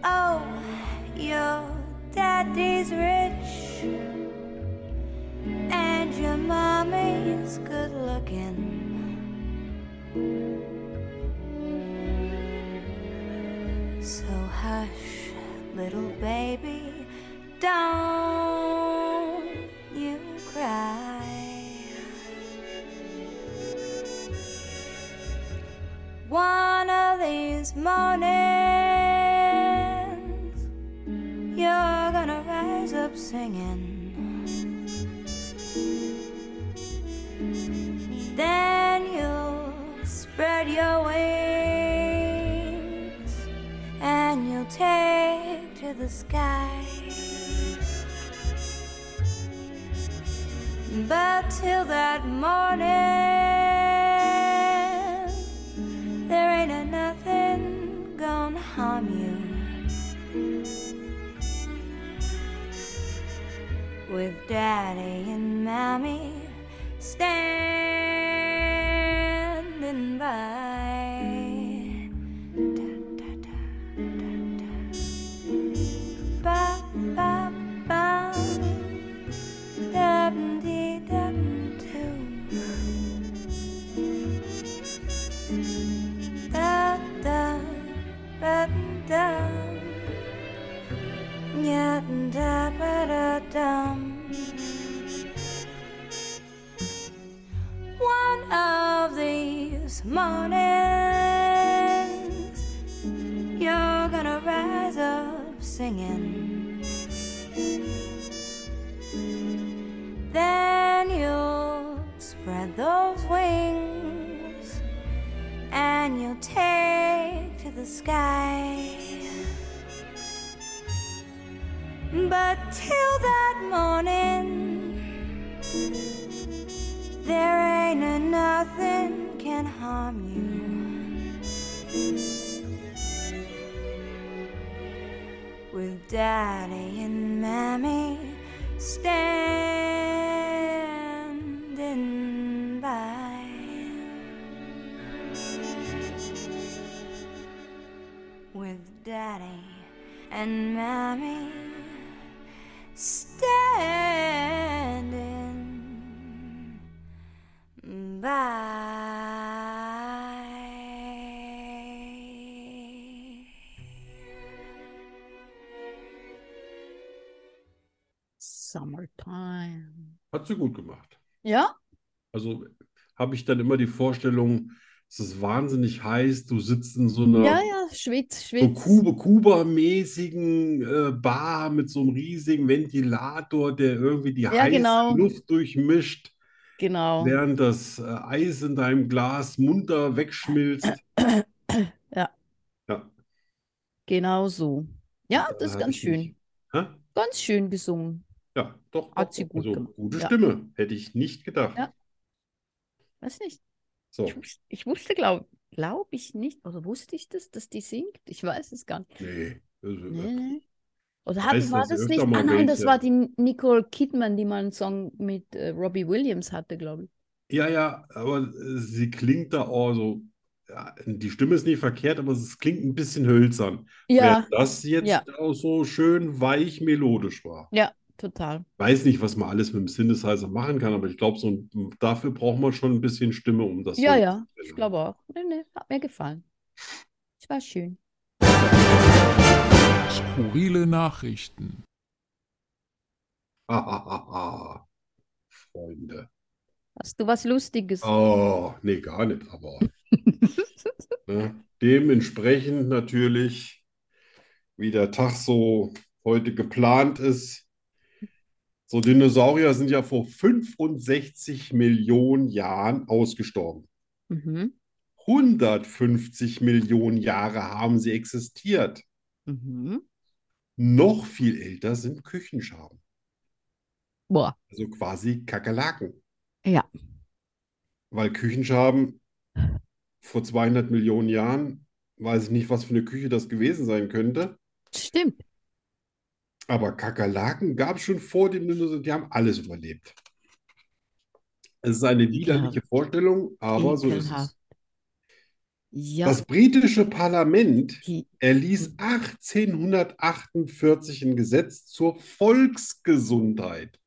Speaker 4: Oh, your daddy's rich and your mommy's good looking. So hush, little baby, don't you cry. One of these mornings, you're gonna rise up singing. Then you'll spread your wings and you'll take to the sky. But till that morning, there ain't a nothing gonna harm you. With daddy and mommy standing by. One of these mornings you're gonna rise up singing. Then you'll spread those wings and you'll take to the sky. But till that morning, there ain't a nothing can harm you. with daddy and mammy standing by. With daddy and mammy standing by.
Speaker 2: Summertime.
Speaker 1: Hat sie gut gemacht.
Speaker 2: Ja?
Speaker 1: Also habe ich dann immer die Vorstellung, es ist wahnsinnig heiß, du sitzt in so einer
Speaker 2: Ja, ja, schwitz,
Speaker 1: so
Speaker 2: schwitz.
Speaker 1: Kuba, Kuba-mäßigen äh, Bar mit so einem riesigen Ventilator, der irgendwie die heiße
Speaker 2: genau.
Speaker 1: Luft durchmischt,
Speaker 2: Genau.
Speaker 1: während das äh, Eis in deinem Glas munter wegschmilzt.
Speaker 2: Ja.
Speaker 1: Ja,
Speaker 2: Genau so. Ja,
Speaker 1: da
Speaker 2: Ah, das ist
Speaker 1: hatte
Speaker 2: ganz
Speaker 1: ich
Speaker 2: schön.
Speaker 1: mich- Hä?
Speaker 2: Ganz schön gesungen.
Speaker 1: Ja, doch,
Speaker 2: Hat
Speaker 1: doch,
Speaker 2: sie
Speaker 1: doch.
Speaker 2: gut
Speaker 1: Also,
Speaker 2: gemacht,
Speaker 1: gute
Speaker 2: ja.
Speaker 1: Stimme, hätte ich nicht gedacht.
Speaker 2: Ja. Weiß nicht.
Speaker 1: So,
Speaker 2: Ich, wus- ich wusste, glaube glaub ich nicht, oder wusste ich das, dass die singt? Ich weiß es gar nicht.
Speaker 1: nee. Also,
Speaker 2: Nee, nee. Oder hat,
Speaker 1: weiß,
Speaker 2: war
Speaker 1: dass sie
Speaker 2: das
Speaker 1: öfter
Speaker 2: nicht?
Speaker 1: mal
Speaker 2: Ah nein, das
Speaker 1: welche-
Speaker 2: war die Nicole Kidman, die mal einen Song mit äh, Robbie Williams hatte, glaube ich.
Speaker 1: Ja, ja, aber äh, sie klingt da auch so. Ja, die Stimme ist nicht verkehrt, aber es klingt ein bisschen hölzern.
Speaker 2: Ja,
Speaker 1: Während das jetzt
Speaker 2: ja.
Speaker 1: auch so schön weich melodisch war.
Speaker 2: total.
Speaker 1: Weiß nicht, was man alles mit dem Synthesizer machen kann, aber ich glaube, so ein, dafür braucht man schon ein bisschen Stimme, um das
Speaker 2: Ja,
Speaker 1: so
Speaker 2: ja, ich
Speaker 1: hinzukriegen.
Speaker 2: glaube auch. Nee, nee, hat mir gefallen. Es war schön.
Speaker 5: Skurrile Nachrichten.
Speaker 1: Ah, ah, ah, ah. Freunde.
Speaker 2: Hast du was Lustiges?
Speaker 1: Oh, nee, gar nicht, aber ne, dementsprechend natürlich, wie der Tag so heute geplant ist. So Dinosaurier sind ja vor 65 Millionen Jahren ausgestorben.
Speaker 2: Mhm.
Speaker 1: 150 Millionen Jahre haben sie existiert.
Speaker 2: Mhm.
Speaker 1: Noch viel älter sind Küchenschaben,
Speaker 2: Boah,
Speaker 1: also quasi Kakerlaken.
Speaker 2: Ja.
Speaker 1: Weil Küchenschaben vor 200 Millionen Jahren, weiß ich nicht, was für eine Küche das gewesen sein könnte,
Speaker 2: stimmt.
Speaker 1: aber Kakerlaken gab es schon vor dem Dinosaurier, die haben alles überlebt. Es ist eine widerliche Vorstellung, aber so ist es.
Speaker 2: Ekelhaft. Ja,
Speaker 1: Das britische Parlament
Speaker 2: die,
Speaker 1: erließ 1848 ein Gesetz zur Volksgesundheit.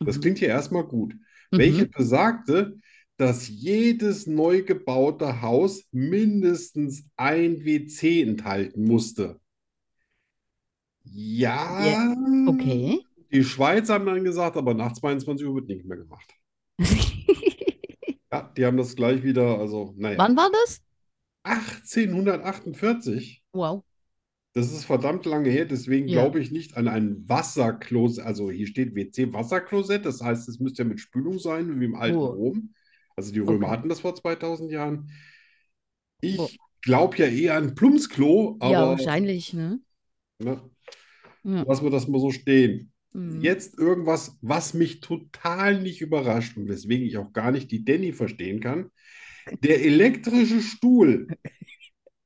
Speaker 1: Das
Speaker 2: Mhm.
Speaker 1: klingt ja erstmal gut.
Speaker 2: Mhm.
Speaker 1: Welches besagte, dass jedes neu gebaute Haus mindestens ein WC enthalten musste. Ja,
Speaker 2: Ja, okay.
Speaker 1: die Schweiz haben dann gesagt, aber nach 22 Uhr wird nicht mehr gemacht. Ja, die haben das gleich wieder, also naja.
Speaker 2: Wann war das?
Speaker 1: 1848.
Speaker 2: Wow.
Speaker 1: Das ist verdammt lange her, deswegen
Speaker 2: Ja.
Speaker 1: glaube ich nicht an ein Wasserklosett. Also hier steht WC-Wasserklosett, das heißt, es müsste ja mit Spülung sein, wie im alten
Speaker 2: Oh.
Speaker 1: Rom. Also die Römer
Speaker 2: Okay.
Speaker 1: hatten das vor 2000 Jahren.
Speaker 2: Oh.
Speaker 1: Ich glaube ja eher an Plumpsklo,
Speaker 2: Ja,
Speaker 1: aber
Speaker 2: wahrscheinlich, ne?
Speaker 1: ne,
Speaker 2: Mhm.
Speaker 1: Lassen wir das mal so stehen.
Speaker 2: Mhm.
Speaker 1: Jetzt irgendwas, was mich total nicht überrascht und weswegen ich auch gar nicht die Danny verstehen kann. Der elektrische Stuhl,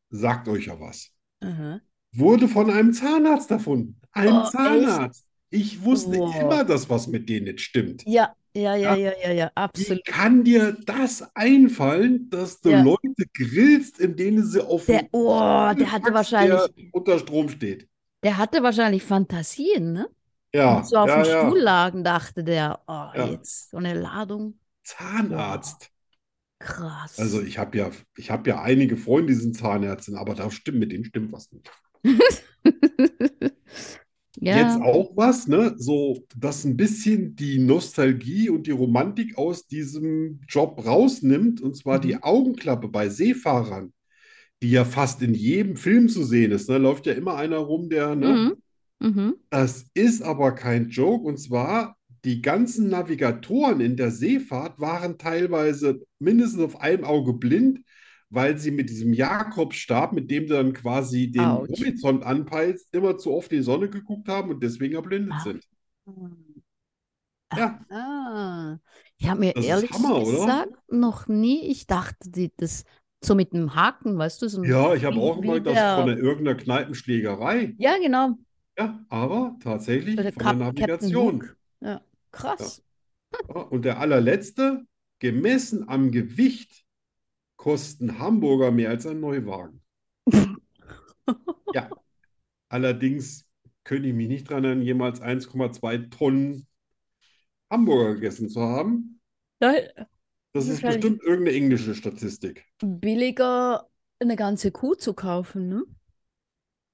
Speaker 1: sagt euch ja was,
Speaker 2: Aha.
Speaker 1: wurde von einem Zahnarzt erfunden. Ein
Speaker 2: Oh, echt?
Speaker 1: Zahnarzt. Ich wusste
Speaker 2: Wow.
Speaker 1: immer, dass was mit denen nicht stimmt.
Speaker 2: Ja, ja,
Speaker 1: Ja.
Speaker 2: ja, ja, ja, ja,
Speaker 1: Wie
Speaker 2: absolut.
Speaker 1: kann dir das einfallen, dass du
Speaker 2: Ja.
Speaker 1: Leute grillst, in denen sie auf
Speaker 2: Der,
Speaker 1: dem
Speaker 2: oh, der hatte
Speaker 1: Fax,
Speaker 2: wahrscheinlich,
Speaker 1: der unter Strom steht?
Speaker 2: der hatte wahrscheinlich Fantasien, ne?
Speaker 1: Ja,
Speaker 2: Und so auf
Speaker 1: Ah, ja,
Speaker 2: dem
Speaker 1: ja.
Speaker 2: Stuhl lagen, dachte der, oh,
Speaker 1: Ja.
Speaker 2: jetzt so eine Ladung,
Speaker 1: Zahnarzt.
Speaker 2: krass.
Speaker 1: Also ich habe ja, ich habe ja einige Freunde, die sind Zahnärzte, aber da stimmt mit denen stimmt was nicht. Jetzt
Speaker 2: Ja,
Speaker 1: auch was, ne? So, dass ein bisschen die Nostalgie und die Romantik aus diesem Job rausnimmt, und zwar
Speaker 2: Mhm.
Speaker 1: die Augenklappe bei Seefahrern, die ja fast in jedem Film zu sehen ist. Ne? Läuft ja immer einer rum, der, ne?
Speaker 2: mhm. Mhm.
Speaker 1: Das ist aber kein Joke. Und zwar, die ganzen Navigatoren in der Seefahrt waren teilweise mindestens auf einem Auge blind, weil sie mit diesem Jakobsstab, mit dem du dann quasi den
Speaker 2: Autsch.
Speaker 1: Horizont anpeilst, immer zu oft in die Sonne geguckt haben und deswegen erblindet
Speaker 2: Ah.
Speaker 1: sind. Mhm. Ja,
Speaker 2: Ah, ich habe mir
Speaker 1: Das ist
Speaker 2: ehrlich
Speaker 1: Hammer, oder?
Speaker 2: gesagt noch nie, ich dachte, die, das so mit dem Haken, weißt du, so ein,
Speaker 1: ja, ich habe
Speaker 2: Wie-
Speaker 1: auch
Speaker 2: wie
Speaker 1: gemeint, das
Speaker 2: der-
Speaker 1: von der- irgendeiner Kneipenschlägerei.
Speaker 2: ja, genau,
Speaker 1: Ja, aber tatsächlich
Speaker 2: Oder
Speaker 1: von der
Speaker 2: Cap- Captain
Speaker 1: Navigation.
Speaker 2: Hook. ja, krass.
Speaker 1: Ja, Und der allerletzte, gemessen am Gewicht kosten Hamburger mehr als ein Neuwagen. Ja, allerdings könnte ich mich nicht daran erinnern, jemals 1,2 Tonnen Hamburger gegessen zu haben.
Speaker 2: Da-
Speaker 1: Das ist
Speaker 2: Wahrscheinlich.
Speaker 1: bestimmt irgendeine englische Statistik.
Speaker 2: Billiger eine ganze Kuh zu kaufen, ne?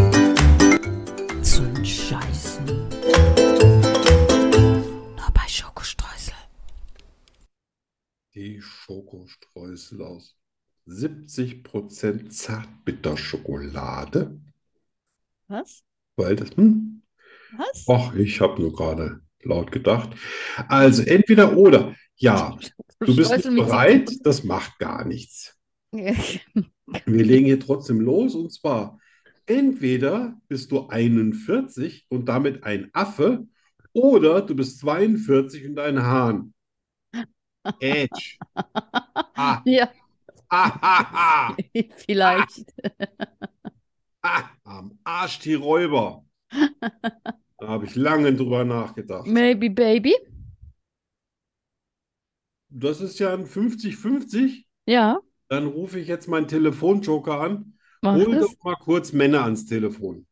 Speaker 3: Zum Scheißen. Nur bei Schokostreusel.
Speaker 1: Die Schokostreusel aus 70% Zartbitterschokolade.
Speaker 2: Was?
Speaker 1: Weil das, hm,
Speaker 2: Was?
Speaker 1: Ach, ich habe nur gerade laut gedacht. Also entweder oder. Ja, du bist nicht
Speaker 2: Streusel mit
Speaker 1: bereit, das macht gar nichts.
Speaker 2: Zimt.
Speaker 1: Wir legen hier trotzdem los und zwar entweder bist du 41 und damit ein Affe oder du bist 42 und ein Hahn. Edge. Ah,
Speaker 2: Ja,
Speaker 1: ah, ah, ah,
Speaker 2: vielleicht.
Speaker 1: ah, am Arsch die Räuber. Da habe ich lange drüber nachgedacht.
Speaker 2: Maybe Baby.
Speaker 1: Das ist ja ein 50-50.
Speaker 2: Ja,
Speaker 1: Dann rufe ich jetzt meinen Telefonjoker an.
Speaker 2: mach
Speaker 1: Hol
Speaker 2: das.
Speaker 1: doch mal kurz Männer ans Telefon.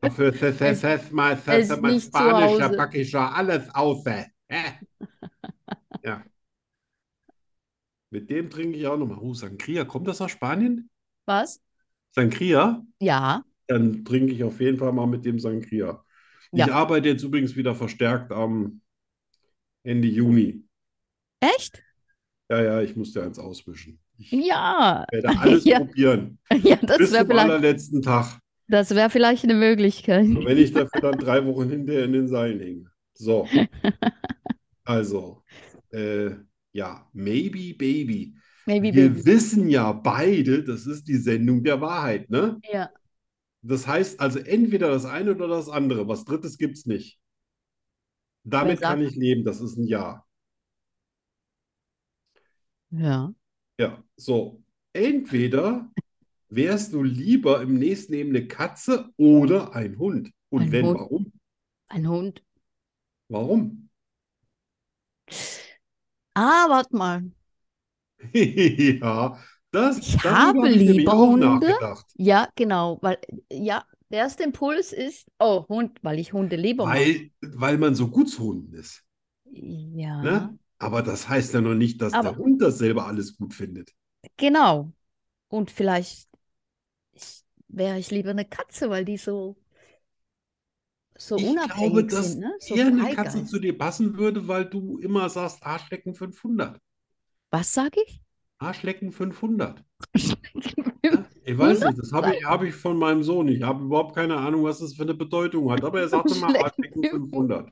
Speaker 1: Dafür se- se- se- mal se-
Speaker 2: ist
Speaker 1: se- mal
Speaker 2: nicht zu
Speaker 1: spanischer,
Speaker 2: Hause.
Speaker 1: backischer, alles außer. Hä? Ja. Mit dem trinke ich auch nochmal. Oh, Sangria, kommt das aus Spanien?
Speaker 2: Was?
Speaker 1: Sangria?
Speaker 2: Ja.
Speaker 1: Dann trinke ich auf jeden Fall mal mit dem Sangria. Ich
Speaker 2: Ja.
Speaker 1: arbeite jetzt übrigens wieder verstärkt am Ende Juni.
Speaker 2: Echt?
Speaker 1: Ja, ja, ich musste eins auswischen. Ich
Speaker 2: Ja.
Speaker 1: werde alles
Speaker 2: Ja.
Speaker 1: probieren.
Speaker 2: Ja, das
Speaker 1: Bis
Speaker 2: wäre
Speaker 1: zum
Speaker 2: vielleicht,
Speaker 1: allerletzten Tag.
Speaker 2: das wär vielleicht eine Möglichkeit.
Speaker 1: Und wenn ich dafür dann drei Wochen hinterher in den Seilen hänge. So. Also, äh, ja, Maybe Baby.
Speaker 2: Maybe
Speaker 1: Wir
Speaker 2: Baby.
Speaker 1: wissen ja beide, das ist die Sendung der Wahrheit, ne?
Speaker 2: Ja.
Speaker 1: Das heißt also entweder das eine oder das andere. Was Drittes gibt's nicht. Damit
Speaker 2: Wer sagt-
Speaker 1: kann ich leben, das ist ein Ja.
Speaker 2: Ja.
Speaker 1: Ja, so. Entweder wärst du lieber im nächsten Leben eine Katze oder ein Hund. Und
Speaker 2: Ein
Speaker 1: wenn,
Speaker 2: Hund.
Speaker 1: warum?
Speaker 2: Ein Hund.
Speaker 1: Warum?
Speaker 2: Ah, warte mal.
Speaker 1: Ja, das,
Speaker 2: Ich
Speaker 1: darüber
Speaker 2: habe
Speaker 1: habe ich nämlich
Speaker 2: lieber
Speaker 1: auch
Speaker 2: Hunde.
Speaker 1: nachgedacht.
Speaker 2: Ja, genau. Weil, ja, der erste Impuls ist, oh, Hund, weil ich Hunde lieber mag.
Speaker 1: Weil, weil man so gut zu Hunden ist.
Speaker 2: Ja.
Speaker 1: Ne? Aber das heißt ja noch nicht, dass der
Speaker 2: Aber-
Speaker 1: Hund das selber alles gut findet.
Speaker 2: Genau. Und vielleicht ich, wäre ich lieber eine Katze, weil die so, so
Speaker 1: Ich
Speaker 2: unabhängig
Speaker 1: glaube, dass
Speaker 2: sind, ne? So
Speaker 1: eher eine
Speaker 2: Freigeist.
Speaker 1: Katze zu dir passen würde, weil du immer sagst, Arschlecken 500.
Speaker 2: Was sage ich?
Speaker 1: Arschlecken 500. Ne? Ich weiß nicht, das habe ich, habe ich von meinem Sohn. Ich habe überhaupt keine Ahnung, was das für eine Bedeutung hat. Aber er sagt immer
Speaker 2: Arschlecken
Speaker 1: Arschlecken 500.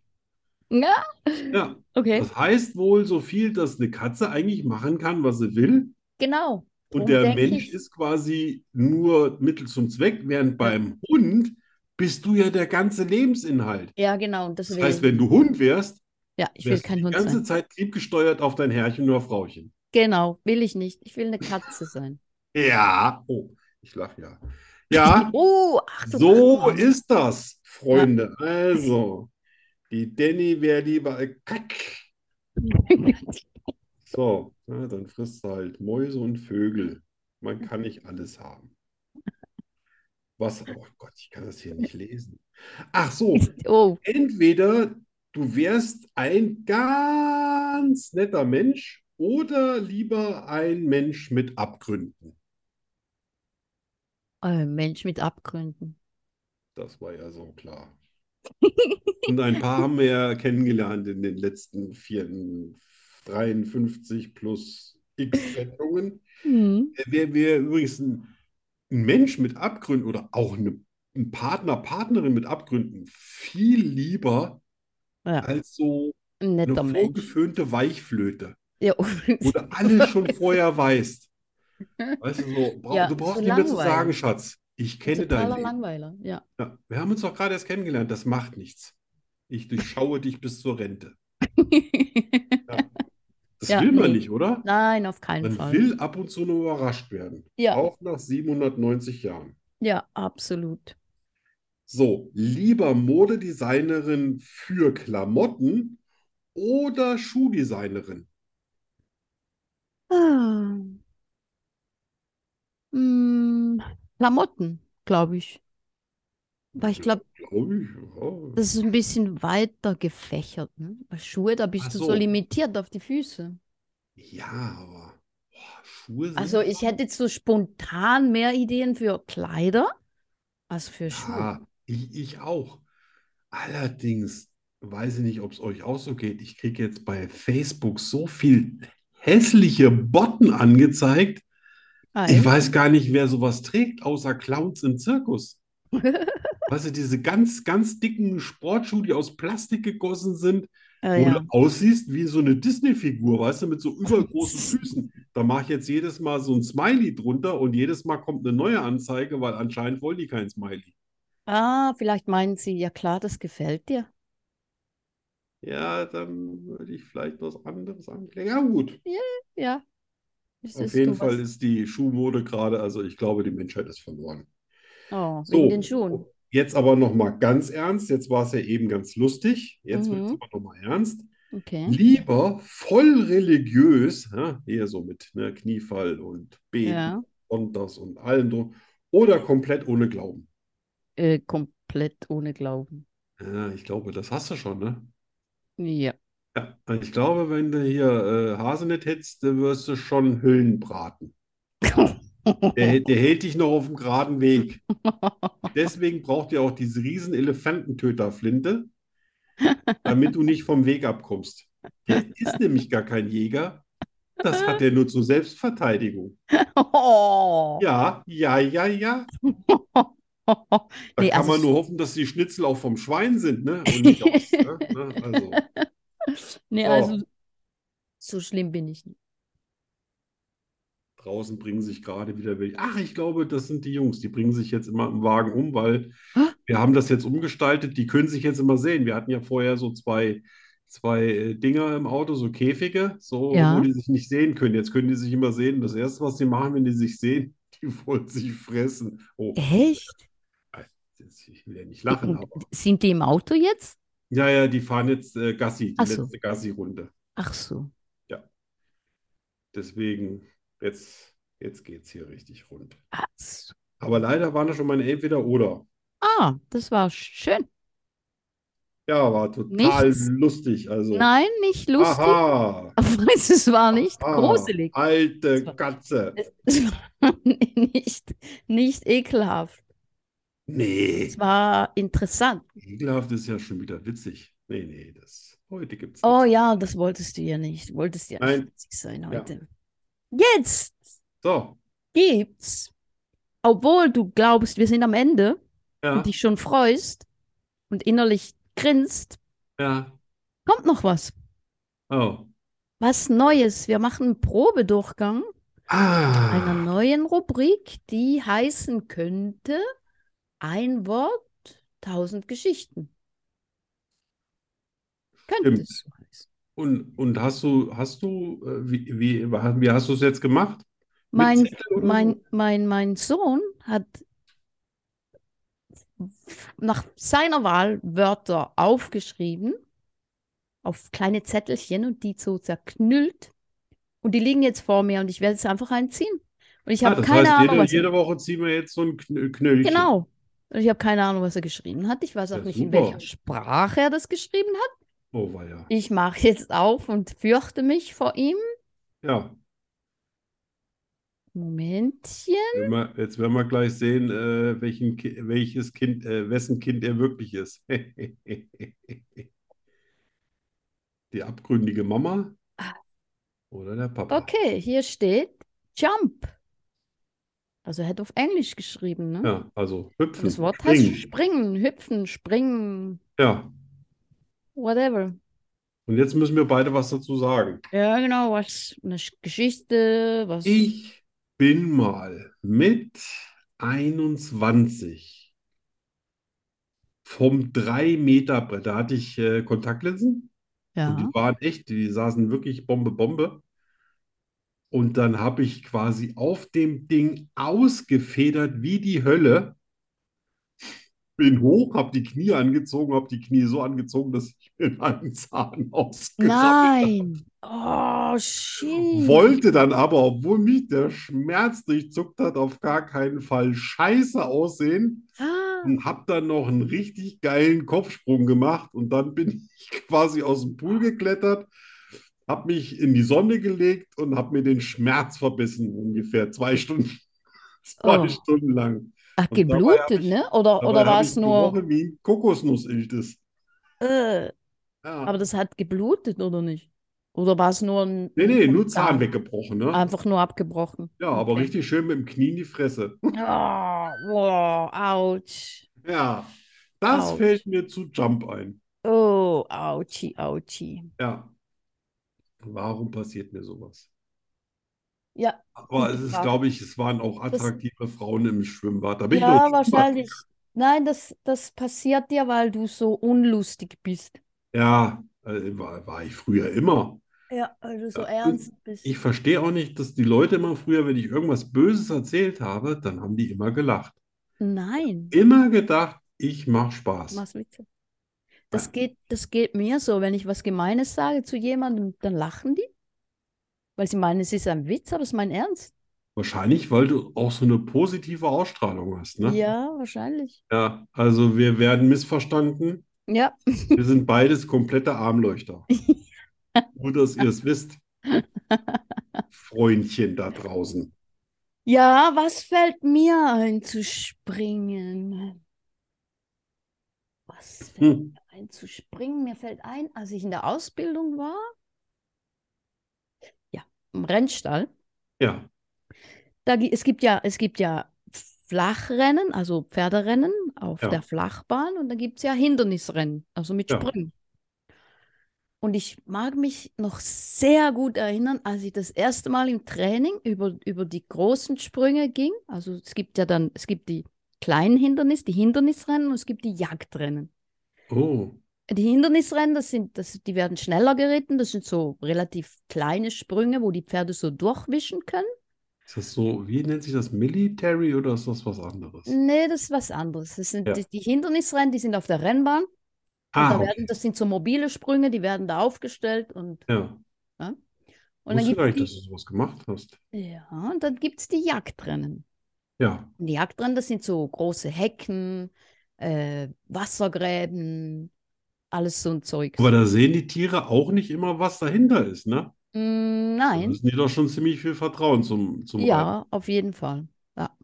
Speaker 2: Ja,
Speaker 1: Ja,
Speaker 2: okay,
Speaker 1: das heißt wohl so viel, dass eine Katze eigentlich machen kann, was sie will.
Speaker 2: genau.
Speaker 1: Und
Speaker 2: Drum
Speaker 1: der
Speaker 2: denk
Speaker 1: Mensch
Speaker 2: ich,
Speaker 1: ist quasi nur Mittel zum Zweck, während beim Hund bist du ja der ganze Lebensinhalt.
Speaker 2: ja, genau, und
Speaker 1: Das heißt,
Speaker 2: deswegen,
Speaker 1: wenn du Hund wärst,
Speaker 2: ja, ich will
Speaker 1: wärst du
Speaker 2: kein
Speaker 1: die
Speaker 2: Hund
Speaker 1: ganze
Speaker 2: sein.
Speaker 1: Zeit triebgesteuert auf dein Herrchen oder Frauchen.
Speaker 2: Genau, will ich nicht. Ich will eine Katze sein.
Speaker 1: Ja. Oh, ich lache ja. Ja,
Speaker 2: Oh, ach du
Speaker 1: so
Speaker 2: Mann.
Speaker 1: ist das, Freunde. Also, die Danny wäre lieber ein Kack. So, na, dann frisst du halt Mäuse und Vögel. Man kann nicht alles haben. Was? Oh Gott, ich kann das hier nicht lesen. Ach so,
Speaker 2: Oh,
Speaker 1: entweder du wärst ein ganz netter Mensch oder lieber ein Mensch mit Abgründen.
Speaker 2: äh, Mensch mit Abgründen.
Speaker 1: Das war ja so klar. Und ein paar haben wir ja kennengelernt in den letzten vier, 53 plus x Sendungen.
Speaker 2: Hm.
Speaker 1: Wäre wär übrigens ein, ein Mensch mit Abgründen oder auch eine, ein Partner, Partnerin mit Abgründen viel lieber
Speaker 2: Ja.
Speaker 1: als so
Speaker 2: Ein
Speaker 1: eine
Speaker 2: netter Mensch.
Speaker 1: vorgeföhnte Weichflöte,
Speaker 2: Ja, oh,
Speaker 1: wo du alles schon vorher weißt. Weißt du, so, bra
Speaker 2: Ja,
Speaker 1: du brauchst
Speaker 2: so
Speaker 1: nicht mehr zu
Speaker 2: langweilig.
Speaker 1: sagen, Schatz, ich kenne dein
Speaker 2: totaler
Speaker 1: Leben.
Speaker 2: Langweiler. Ja.
Speaker 1: Ja, wir haben uns doch gerade erst kennengelernt, das macht nichts. Ich durchschaue dich bis zur Rente. Das
Speaker 2: Ja,
Speaker 1: will man
Speaker 2: nee.
Speaker 1: nicht, oder?
Speaker 2: Nein, auf keinen
Speaker 1: Man
Speaker 2: Fall.
Speaker 1: will ab und zu nur überrascht werden,
Speaker 2: Ja.
Speaker 1: auch nach 790 Jahren.
Speaker 2: Ja, absolut.
Speaker 1: So, lieber Modedesignerin für Klamotten oder Schuhdesignerin?
Speaker 2: Ah. Mm, Klamotten, glaube ich. Weil ich glaube,
Speaker 1: Glaube ich, ja.
Speaker 2: das ist ein bisschen weiter gefächert. Ne? Bei Schuhe, da bist
Speaker 1: Ach
Speaker 2: du
Speaker 1: so.
Speaker 2: so limitiert auf die Füße.
Speaker 1: Ja, aber boah, Schuhe sind
Speaker 2: Also ich hätte jetzt so spontan mehr Ideen für Kleider als
Speaker 1: Ah.
Speaker 2: für Schuhe.
Speaker 1: Ja, ich, ich auch. Allerdings weiß ich nicht, ob es euch auch so geht. Ich kriege jetzt bei Facebook so viel hässliche Botten angezeigt.
Speaker 2: Ah,
Speaker 1: Ich
Speaker 2: echt?
Speaker 1: weiß gar nicht, wer sowas trägt, außer Clowns im Zirkus. Weißt du, diese ganz, ganz dicken Sportschuhe, die aus Plastik gegossen sind,
Speaker 2: Ah,
Speaker 1: wo
Speaker 2: ja.
Speaker 1: du aussiehst wie so eine Disney-Figur, weißt du, mit so übergroßen Füßen. Da mache ich jetzt jedes Mal so ein Smiley drunter und jedes Mal kommt eine neue Anzeige, weil anscheinend wollen die kein Smiley.
Speaker 2: Ah, vielleicht meinen sie, ja klar, das gefällt dir.
Speaker 1: Ja, dann würde ich vielleicht was anderes anklicken. Ja, gut.
Speaker 2: Ja. Es
Speaker 1: Auf
Speaker 2: ist
Speaker 1: jeden
Speaker 2: sowas.
Speaker 1: Fall ist die Schuhmode gerade, also ich glaube, die Menschheit ist verloren.
Speaker 2: Oh,
Speaker 1: So.
Speaker 2: wegen den Schuhen.
Speaker 1: Jetzt aber nochmal ganz ernst. Jetzt war es ja eben ganz lustig. Jetzt wird es
Speaker 2: Mhm.
Speaker 1: aber nochmal ernst.
Speaker 2: Okay.
Speaker 1: Lieber voll religiös, ja, eher so mit ne, Kniefall und Beten,
Speaker 2: Ja.
Speaker 1: Sonntags und allem drum, oder komplett ohne Glauben.
Speaker 2: Äh, komplett ohne Glauben.
Speaker 1: Ja, ich glaube, das hast du schon, ne?
Speaker 2: Ja.
Speaker 1: Ja, ich glaube, wenn du hier äh, Haselnett hättest, dann wirst du schon Hüllen braten. Der, der hält dich noch auf dem geraden Weg. Deswegen braucht ihr auch diese riesen Elefantentöterflinte, damit du nicht vom Weg abkommst. Der ist nämlich gar kein Jäger. Das hat er nur zur Selbstverteidigung.
Speaker 2: Oh.
Speaker 1: Ja, ja, ja, ja. Da
Speaker 2: Nee,
Speaker 1: kann
Speaker 2: also
Speaker 1: man
Speaker 2: es-
Speaker 1: nur hoffen, dass die Schnitzel auch vom Schwein sind, ne? Und nicht aus, ne? Ne? Also,
Speaker 2: Nee,
Speaker 1: Oh.
Speaker 2: also so schlimm bin ich nicht.
Speaker 1: draußen bringen sich gerade wieder welche. Ach, ich glaube, das sind die Jungs. Die bringen sich jetzt immer im Wagen um, weil
Speaker 2: Ah.
Speaker 1: wir haben das jetzt umgestaltet. Die können sich jetzt immer sehen. Wir hatten ja vorher so zwei, zwei äh, Dinger im Auto, so Käfige, so,
Speaker 2: Ja.
Speaker 1: wo die sich nicht sehen können. Jetzt können die sich immer sehen. Das Erste, was die machen, wenn die sich sehen, die wollen sich fressen. Oh,
Speaker 2: Echt?
Speaker 1: jetzt- ich will ja nicht lachen, aber.
Speaker 2: Äh, Sind die im Auto jetzt?
Speaker 1: Ja, ja, die fahren jetzt äh, Gassi, die
Speaker 2: Ach so.
Speaker 1: letzte Gassi-Runde.
Speaker 2: Ach so.
Speaker 1: Deswegen, jetzt, jetzt geht es hier richtig rund.
Speaker 2: Ach so.
Speaker 1: Aber leider waren das schon meine Entweder-Oder.
Speaker 2: Ah, das war schön.
Speaker 1: Ja, war total
Speaker 2: Nichts.
Speaker 1: lustig. Also,
Speaker 2: Nein, nicht lustig.
Speaker 1: aha,
Speaker 2: Es war nicht
Speaker 1: aha,
Speaker 2: gruselig.
Speaker 1: alte
Speaker 2: Das war-
Speaker 1: Katze.
Speaker 2: Es war nicht, nicht ekelhaft.
Speaker 1: Nee,
Speaker 2: Es war interessant.
Speaker 1: ekelhaft ist ja schon wieder witzig. Nee, nee, das, heute gibt's
Speaker 2: Oh
Speaker 1: nichts.
Speaker 2: ja, das wolltest du ja nicht. Wolltest ja
Speaker 1: Nein.
Speaker 2: nicht witzig sein heute. Jetzt
Speaker 1: So,
Speaker 2: gibt's, obwohl du glaubst, wir sind am Ende
Speaker 1: ja,
Speaker 2: und dich schon freust und innerlich grinst,
Speaker 1: ja,
Speaker 2: kommt noch was.
Speaker 1: oh.
Speaker 2: Was Neues. Wir machen einen Probedurchgang einer
Speaker 1: Ah,
Speaker 2: neuen Rubrik, die heißen könnte Ein Wort, tausend Geschichten. Könnte
Speaker 1: Stimmt.
Speaker 2: es so heißen.
Speaker 1: und, und hast du, hast du, äh, wie, wie, wie hast du es jetzt gemacht? Mit
Speaker 2: Mein,
Speaker 1: Zettel oder so?
Speaker 2: mein, mein, mein Sohn hat nach seiner Wahl Wörter aufgeschrieben auf kleine Zettelchen und die so zerknüllt. Und die liegen jetzt vor mir und ich werde es einfach einziehen. Und ich
Speaker 1: Ah,
Speaker 2: habe
Speaker 1: das
Speaker 2: keine
Speaker 1: heißt,
Speaker 2: Ahnung,
Speaker 1: jede,
Speaker 2: was
Speaker 1: jede Woche ziehen wir jetzt so ein Knö- Knöllchen.
Speaker 2: Genau. Und ich habe keine Ahnung, was er geschrieben hat. Ich weiß auch
Speaker 1: Ja,
Speaker 2: nicht, in
Speaker 1: super.
Speaker 2: welcher Sprache er das geschrieben hat.
Speaker 1: Oh, weia.
Speaker 2: Ich mache jetzt auf und fürchte mich vor ihm.
Speaker 1: Ja,
Speaker 2: Momentchen.
Speaker 1: wenn wir, jetzt werden wir gleich sehen, äh, welchen, Ki- welches Kind, äh, wessen Kind er wirklich ist. Die abgründige Mama Oder der Papa.
Speaker 2: Okay, hier steht Jump. Also hätte auf Englisch geschrieben, ne?
Speaker 1: Ja, also hüpfen,
Speaker 2: Das Wort heißt
Speaker 1: springen.
Speaker 2: springen, hüpfen, springen,
Speaker 1: Ja.
Speaker 2: whatever.
Speaker 1: Und jetzt müssen wir beide was dazu sagen.
Speaker 2: Ja, genau, was eine Sch- Geschichte, was.
Speaker 1: Ich bin mal mit 21 vom 3-Meter-Brett, da hatte ich äh, Kontaktlinsen. Und
Speaker 2: Ja.
Speaker 1: die waren echt, die saßen wirklich Bombe, Bombe. Und dann habe ich quasi auf dem Ding ausgefedert wie die Hölle. Bin hoch, habe die Knie angezogen, habe die Knie so angezogen, dass ich mir einen Zahn ausgerammelt
Speaker 2: Nein. Oh, shit.
Speaker 1: Wollte dann aber, obwohl mich der Schmerz durchzuckt hat, auf gar keinen Fall scheiße aussehen
Speaker 2: Ah,
Speaker 1: und hab dann noch einen richtig geilen Kopfsprung gemacht und dann bin ich quasi aus dem Pool geklettert, hab mich in die Sonne gelegt und hab mir den Schmerz verbissen, ungefähr zwei Stunden, zwei
Speaker 2: Oh.
Speaker 1: Stunden lang.
Speaker 2: ach,
Speaker 1: Und dabei hab
Speaker 2: geblutet,
Speaker 1: ich-
Speaker 2: ne? Oder,
Speaker 1: Dabei
Speaker 2: oder war
Speaker 1: hab
Speaker 2: es
Speaker 1: ich
Speaker 2: nur.
Speaker 1: gerochen wie ein Kokosnuss-Iltis.
Speaker 2: Äh,
Speaker 1: Ja.
Speaker 2: aber das hat geblutet, oder nicht? Oder war es nur ein.
Speaker 1: Nee, nee, nur
Speaker 2: Zahn?
Speaker 1: Zahn weggebrochen, ne?
Speaker 2: Einfach nur abgebrochen.
Speaker 1: Ja, aber
Speaker 2: Okay.
Speaker 1: richtig schön mit dem Knie in die Fresse.
Speaker 2: Ah, wow, ouch.
Speaker 1: Ja, das
Speaker 2: Autsch.
Speaker 1: fällt mir zu Jump ein.
Speaker 2: Oh, ouchie, ouchie.
Speaker 1: Ja. Warum passiert mir sowas?
Speaker 2: Ja,
Speaker 1: Aber
Speaker 2: gute
Speaker 1: es ist,
Speaker 2: Frage.
Speaker 1: glaube ich, es waren auch
Speaker 2: Das-
Speaker 1: attraktive Frauen im Schwimmbad. Da bin ich
Speaker 2: ja,
Speaker 1: doch ins Schwimmbad
Speaker 2: wahrscheinlich. Nein, das, das passiert dir, weil du so unlustig bist.
Speaker 1: Ja, äh, war, war ich früher immer.
Speaker 2: Ja, weil du so
Speaker 1: Ja,
Speaker 2: ernst bist.
Speaker 1: Ich verstehe auch nicht, dass die Leute immer früher, wenn ich irgendwas Böses erzählt habe, dann haben die immer gelacht.
Speaker 2: Nein,
Speaker 1: Immer gedacht, ich mache Spaß.
Speaker 2: mach's Witze. Das geht, das geht mir so, wenn ich was Gemeines sage zu jemandem, dann lachen die, weil sie meinen, es ist ein Witz, aber es ist mein Ernst.
Speaker 1: Wahrscheinlich, weil du auch so eine positive Ausstrahlung hast, ne?
Speaker 2: Ja, wahrscheinlich.
Speaker 1: Ja, also wir werden missverstanden.
Speaker 2: Ja,
Speaker 1: Wir sind beides komplette Armleuchter. Nur, dass ihr es wisst, Freundchen da draußen.
Speaker 2: ja, was fällt mir ein zu springen? Was fällt
Speaker 1: Hm.
Speaker 2: ein zu springen. Mir fällt ein, als ich in der Ausbildung war, ja, im Rennstall,
Speaker 1: Ja,
Speaker 2: da, gi- es gibt ja, es gibt ja Flachrennen, also Pferderennen auf
Speaker 1: Ja.
Speaker 2: der Flachbahn und dann gibt es ja Hindernisrennen, also mit
Speaker 1: Ja.
Speaker 2: Springen. Und ich mag mich noch sehr gut erinnern, als ich das erste Mal im Training über, über die großen Sprünge ging. Also es gibt ja dann, es gibt die kleinen Hindernisse, die Hindernisrennen und es gibt die Jagdrennen.
Speaker 1: oh,
Speaker 2: Die Hindernisrennen, das sind, das, die werden schneller geritten. Das sind so relativ kleine Sprünge, wo die Pferde so durchwischen können.
Speaker 1: ist das so, wie nennt sich das, Military oder ist das was anderes?
Speaker 2: Nee, das ist was anderes. Das sind
Speaker 1: Ja.
Speaker 2: die, die Hindernisrennen, die sind auf der Rennbahn. Und
Speaker 1: Ah,
Speaker 2: da
Speaker 1: okay,
Speaker 2: werden, das sind so mobile Sprünge, die werden da aufgestellt. Und,
Speaker 1: ja.
Speaker 2: und dann
Speaker 1: Wusste gar nicht,
Speaker 2: gibt
Speaker 1: dass du sowas gemacht hast.
Speaker 2: ja, und dann gibt's die Jagdrennen.
Speaker 1: Ja,
Speaker 2: Und die Jagdrennen, das sind so große Hecken, äh, Wassergräben, alles so ein Zeugs.
Speaker 1: aber da sehen die Tiere auch nicht immer, was dahinter ist, ne?
Speaker 2: Mm,
Speaker 1: Da
Speaker 2: nein.
Speaker 1: müssen die doch schon ziemlich viel Vertrauen zum, zum Reiten.
Speaker 2: Ja, auf jeden Fall. Ja.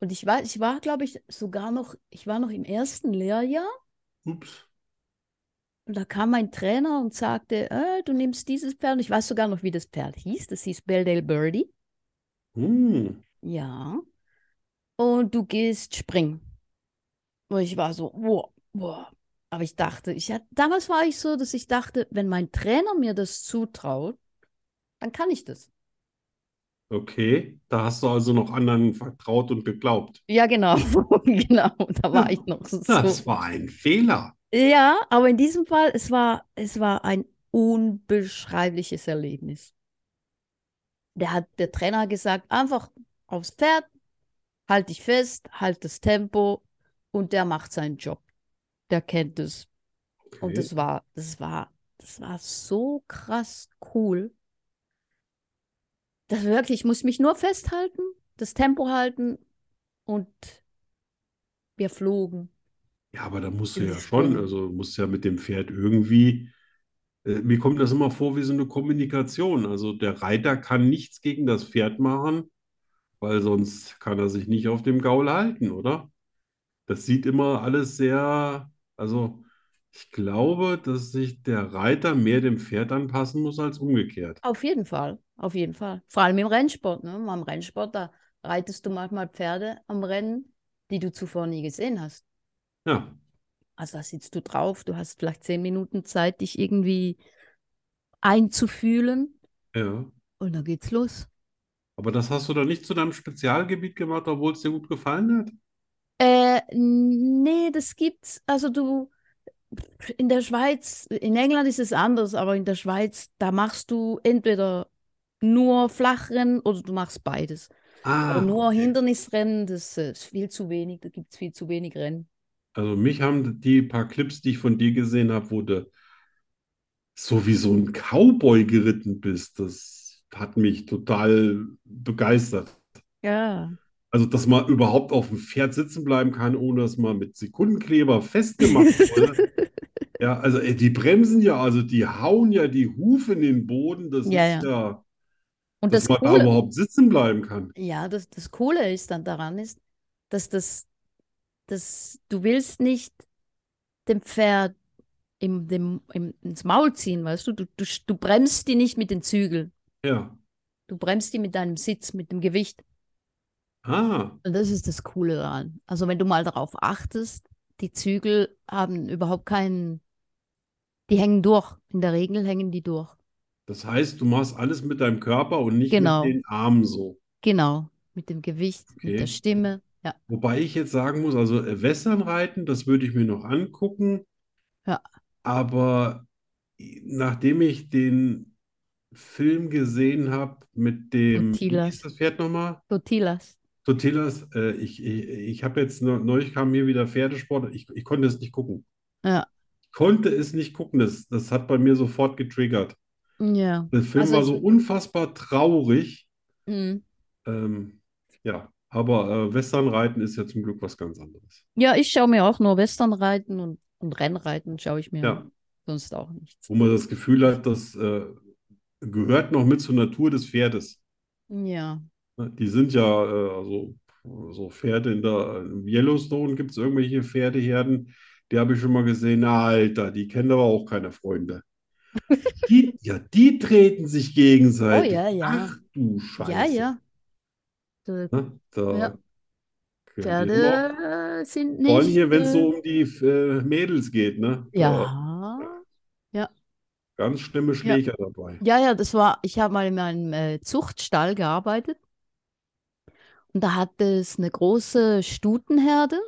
Speaker 2: Und ich war, ich war, glaube ich, sogar noch, ich war noch im ersten Lehrjahr
Speaker 1: Ups.
Speaker 2: und da kam mein Trainer und sagte, äh, du nimmst dieses Pferd. Und ich weiß sogar noch, wie das Pferd hieß. Das hieß Belldale Birdie.
Speaker 1: Hm.
Speaker 2: Ja. Und du gehst springen. Und ich war so, wow, wow. Aber ich dachte, ich hatte, damals war ich so, dass ich dachte, wenn mein Trainer mir das zutraut, dann kann ich das.
Speaker 1: Okay, da hast du also noch anderen vertraut und geglaubt.
Speaker 2: Ja, genau. Genau. Da war ich noch so.
Speaker 1: Das war ein Fehler.
Speaker 2: Ja, aber in diesem Fall, es war, es war ein unbeschreibliches Erlebnis. Der hat, der Trainer hat gesagt, einfach aufs Pferd, halt dich fest, halt das Tempo und der macht seinen Job. Der kennt es. Und
Speaker 1: Okay.
Speaker 2: das war, das war, das war so krass cool. Das wirklich, ich muss mich nur festhalten, das Tempo halten und wir flogen.
Speaker 1: Ja, aber da musst du
Speaker 2: In
Speaker 1: ja
Speaker 2: die
Speaker 1: schon,
Speaker 2: Spur.
Speaker 1: also musst ja mit dem Pferd irgendwie, äh, mir kommt das immer vor wie so eine Kommunikation. Also der Reiter kann nichts gegen das Pferd machen, weil sonst kann er sich nicht auf dem Gaul halten, oder? Das sieht immer alles sehr, also Ich glaube, dass sich der Reiter mehr dem Pferd anpassen muss als umgekehrt.
Speaker 2: Auf jeden Fall, auf jeden Fall. Vor allem im Rennsport. Ne? Am Rennsport, da reitest du manchmal Pferde am Rennen, die du zuvor nie gesehen hast.
Speaker 1: Ja,
Speaker 2: Also da sitzt du drauf, du hast vielleicht zehn Minuten Zeit, dich irgendwie einzufühlen
Speaker 1: ja.
Speaker 2: und dann geht's los.
Speaker 1: Aber das hast du doch nicht zu deinem Spezialgebiet gemacht, obwohl es dir gut gefallen hat?
Speaker 2: Äh, nee, das gibt's. Also du, in der Schweiz, in England ist es anders, aber in der Schweiz, da machst du entweder nur Flachrennen oder du machst beides. Aber
Speaker 1: Ah,
Speaker 2: nur
Speaker 1: okay.
Speaker 2: Hindernisrennen, das äh, ist viel zu wenig, da gibt's viel zu wenig Rennen.
Speaker 1: Also mich haben die paar Clips, die ich von dir gesehen habe, wo du so wie so ein Cowboy geritten bist, das hat mich total begeistert.
Speaker 2: Ja.
Speaker 1: Also, dass man überhaupt auf dem Pferd sitzen bleiben kann, ohne dass man mit Sekundenkleber festgemacht wurde. Ja, also ey, die bremsen ja, also die hauen ja die Hufe in den Boden. Das
Speaker 2: Ja,
Speaker 1: ist
Speaker 2: ja.
Speaker 1: ja,
Speaker 2: Und
Speaker 1: dass
Speaker 2: das
Speaker 1: man da
Speaker 2: Coole,
Speaker 1: überhaupt sitzen bleiben kann.
Speaker 2: ja, das, das Coole ist dann daran ist, dass das, dass du willst nicht dem Pferd im, dem, im, ins Maul ziehen, weißt du? Du, du, sch- du bremst die nicht mit den Zügeln.
Speaker 1: Ja.
Speaker 2: Du bremst die mit deinem Sitz, mit dem Gewicht.
Speaker 1: Ah,
Speaker 2: Und das ist das Coole daran. Also wenn du mal darauf achtest, die Zügel haben überhaupt keinen, die hängen durch. In der Regel hängen die durch.
Speaker 1: das heißt, du machst alles mit deinem Körper und nicht mit
Speaker 2: Genau.
Speaker 1: den Armen so.
Speaker 2: Genau, mit dem Gewicht, mit der
Speaker 1: Okay.
Speaker 2: Stimme. Ja,
Speaker 1: Wobei ich jetzt sagen muss, also äh, Western reiten, das würde ich mir noch angucken.
Speaker 2: Ja.
Speaker 1: Aber äh, nachdem ich den Film gesehen habe mit dem, wie
Speaker 2: Totilas.
Speaker 1: hieß das Pferd nochmal?
Speaker 2: Totilas.
Speaker 1: Totilas, äh, ich, ich, ich habe jetzt neu, neulich kam hier wieder Pferdesport, ich, ich konnte es nicht gucken.
Speaker 2: Ja.
Speaker 1: Ich konnte es nicht gucken, das, das hat bei mir sofort getriggert.
Speaker 2: Ja.
Speaker 1: Der Film
Speaker 2: Also
Speaker 1: war
Speaker 2: es-
Speaker 1: so unfassbar traurig.
Speaker 2: Mhm.
Speaker 1: Ähm, ja, aber äh, Westernreiten ist ja zum Glück was ganz anderes.
Speaker 2: Ja, ich schaue mir auch nur Westernreiten und, und Rennreiten schaue ich mir
Speaker 1: Ja,
Speaker 2: sonst auch nichts.
Speaker 1: wo man das Gefühl hat, das äh, gehört noch mit zur Natur des Pferdes.
Speaker 2: Ja.
Speaker 1: Ne, Die sind ja äh, also so Pferde in der im Yellowstone gibt es irgendwelche Pferdeherden, die habe ich schon mal gesehen. Na, Alter, die kennen aber auch keine Freunde. Die, ja, die treten sich
Speaker 2: Oh
Speaker 1: gegenseitig.
Speaker 2: ja, ja.
Speaker 1: Ach du
Speaker 2: Ja,
Speaker 1: Scheiße.
Speaker 2: ja. Da-
Speaker 1: Ne,
Speaker 2: Ja.
Speaker 1: da die haben auch
Speaker 2: Pferde äh, sind
Speaker 1: Vor allem
Speaker 2: nicht.
Speaker 1: hier, wenn es
Speaker 2: äh,
Speaker 1: so um die äh, Mädels geht, ne? Da
Speaker 2: ja.
Speaker 1: ganz schlimme Schläger dabei.
Speaker 2: Ja, ja, das war, ich habe mal in einem äh, Zuchtstall gearbeitet und da hatte es eine große Stutenherde.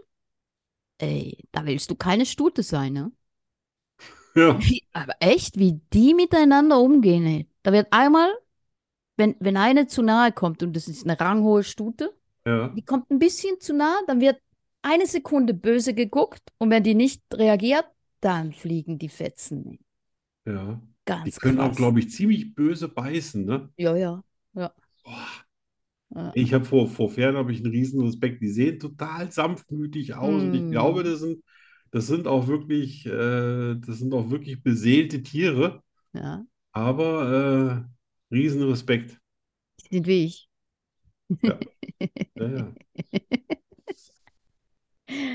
Speaker 2: Ey, da willst du keine Stute sein, ne?
Speaker 1: Ja,
Speaker 2: Wie, aber echt, wie die miteinander umgehen, ey. Da wird einmal, wenn, wenn eine zu nahe kommt und das ist eine ranghohe Stute,
Speaker 1: ja.
Speaker 2: die kommt ein bisschen zu nah, dann wird eine Sekunde böse geguckt und wenn die nicht reagiert, dann fliegen die Fetzen.
Speaker 1: Ja. Die
Speaker 2: Ganz
Speaker 1: können auch,
Speaker 2: krass.
Speaker 1: glaube ich, ziemlich böse beißen, ne?
Speaker 2: Ja, ja.
Speaker 1: Boah.
Speaker 2: Ja.
Speaker 1: Ich habe vor, vor Pferden habe ich einen riesen Respekt. Die sehen total sanftmütig aus und ich
Speaker 2: Mm.
Speaker 1: glaube, das sind, das sind auch wirklich, äh, das sind auch wirklich beseelte Tiere,
Speaker 2: ja.
Speaker 1: aber äh, riesen Respekt.
Speaker 2: Die sind wie ich.
Speaker 1: Ja, ja, ja.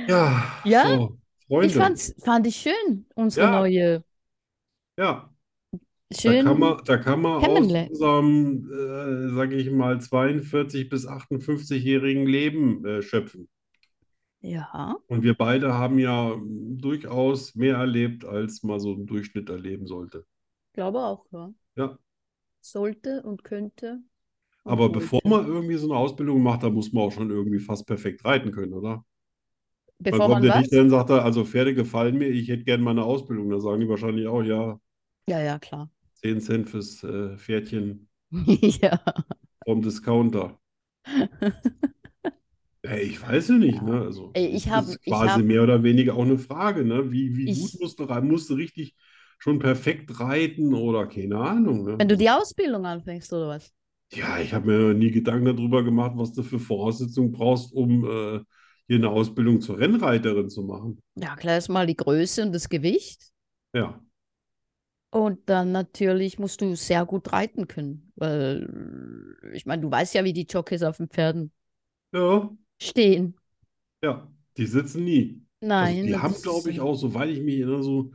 Speaker 1: Ja,
Speaker 2: Ja,
Speaker 1: so,
Speaker 2: Ich
Speaker 1: Freunde,
Speaker 2: fand's, fand ich schön, unsere
Speaker 1: Ja.
Speaker 2: neue,
Speaker 1: ja, da
Speaker 2: schön,
Speaker 1: kann man, da kann man aus
Speaker 2: kennengelernt.
Speaker 1: unserem, äh, sage ich mal, 42- bis 58-jährigen Leben äh, schöpfen.
Speaker 2: ja,
Speaker 1: Und wir beide haben ja mm, durchaus mehr erlebt, als man so im Durchschnitt erleben sollte.
Speaker 2: glaube auch, ja.
Speaker 1: Ja.
Speaker 2: Sollte und könnte und
Speaker 1: Aber bevor
Speaker 2: wollte.
Speaker 1: man irgendwie so eine Ausbildung macht, da muss man auch schon irgendwie fast perfekt reiten können, oder? Dann
Speaker 2: Bevor
Speaker 1: kommt
Speaker 2: man
Speaker 1: der
Speaker 2: was?
Speaker 1: Richter und sagt, er, also Pferde gefallen mir, ich hätte gerne mal eine Ausbildung. Da sagen die wahrscheinlich auch, ja,
Speaker 2: Ja, ja, klar.
Speaker 1: 10 Cent fürs äh, Pferdchen
Speaker 2: ja.
Speaker 1: vom Discounter. Ey, ich weiß ja nicht, ne? Also,
Speaker 2: Ey, ich
Speaker 1: das
Speaker 2: habe,
Speaker 1: ist
Speaker 2: ich
Speaker 1: quasi
Speaker 2: habe,
Speaker 1: mehr oder weniger auch eine Frage, ne? Wie, wie
Speaker 2: ich,
Speaker 1: gut musst du reiten? Musst du richtig schon perfekt reiten oder keine Ahnung, ne?
Speaker 2: wenn du die Ausbildung anfängst oder was?
Speaker 1: Ja, ich habe mir nie Gedanken darüber gemacht, was du für Voraussetzungen brauchst, um äh, hier eine Ausbildung zur Rennreiterin zu machen.
Speaker 2: Ja, klar, erstmal die Größe und das Gewicht.
Speaker 1: Ja,
Speaker 2: Und dann natürlich musst du sehr gut reiten können, weil ich meine, du weißt ja, wie die Jockeys auf den Pferden
Speaker 1: ja,
Speaker 2: stehen.
Speaker 1: ja, die sitzen nie. Also
Speaker 2: Nein,
Speaker 1: die haben,
Speaker 2: das ist
Speaker 1: glaube ich,
Speaker 2: ein-
Speaker 1: auch, soweit ich mich erinnere, so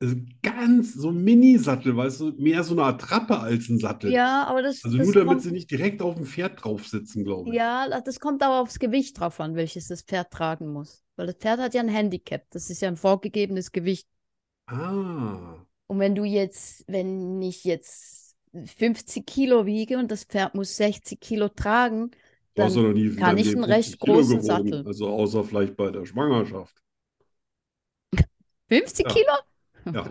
Speaker 1: also ganz so ein Mini-Sattel, weißt du, mehr so eine Attrappe als ein Sattel.
Speaker 2: Ja, aber das,
Speaker 1: Also nur
Speaker 2: das
Speaker 1: damit
Speaker 2: kommt,
Speaker 1: sie nicht direkt auf dem Pferd drauf sitzen, glaube ich.
Speaker 2: ja, das kommt aber aufs Gewicht drauf an, welches das Pferd tragen muss. Weil das Pferd hat ja ein Handicap. Das ist ja ein vorgegebenes Gewicht.
Speaker 1: Ah,
Speaker 2: Und wenn du jetzt, wenn ich jetzt 50 Kilo wiege und das Pferd muss 60 Kilo tragen,
Speaker 1: du hast ja
Speaker 2: dann
Speaker 1: noch nie in
Speaker 2: kann
Speaker 1: deinem
Speaker 2: ich
Speaker 1: Leben
Speaker 2: einen recht
Speaker 1: 50 Kilo
Speaker 2: großen
Speaker 1: gewogen.
Speaker 2: Sattel.
Speaker 1: Also außer vielleicht bei der Schwangerschaft.
Speaker 2: 50
Speaker 1: Ja.
Speaker 2: Kilo?
Speaker 1: Ja.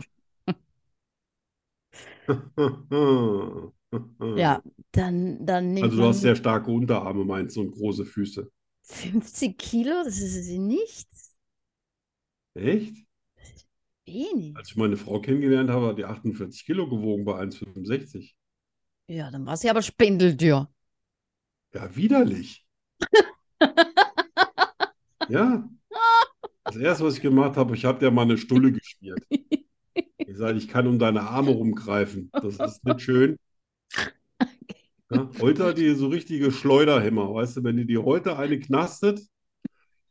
Speaker 2: Ja, dann, dann nimmt
Speaker 1: Also du hast
Speaker 2: man
Speaker 1: sehr starke Unterarme, meinst du, und große Füße.
Speaker 2: 50 Kilo, das ist nichts.
Speaker 1: Echt?
Speaker 2: Wenig.
Speaker 1: Als ich meine Frau kennengelernt habe, hat die 48 Kilo gewogen bei 1,65.
Speaker 2: Ja, dann war sie aber spindeldür.
Speaker 1: Ja, widerlich. Ja. Das erste, was ich gemacht habe, ich habe dir mal eine Stulle geschmiert. Ich gesagt, ich kann um deine Arme rumgreifen. Das ist nicht schön. Ja, heute hat die so richtige Schleuderhämmer. Weißt du, wenn die die heute eine knastet,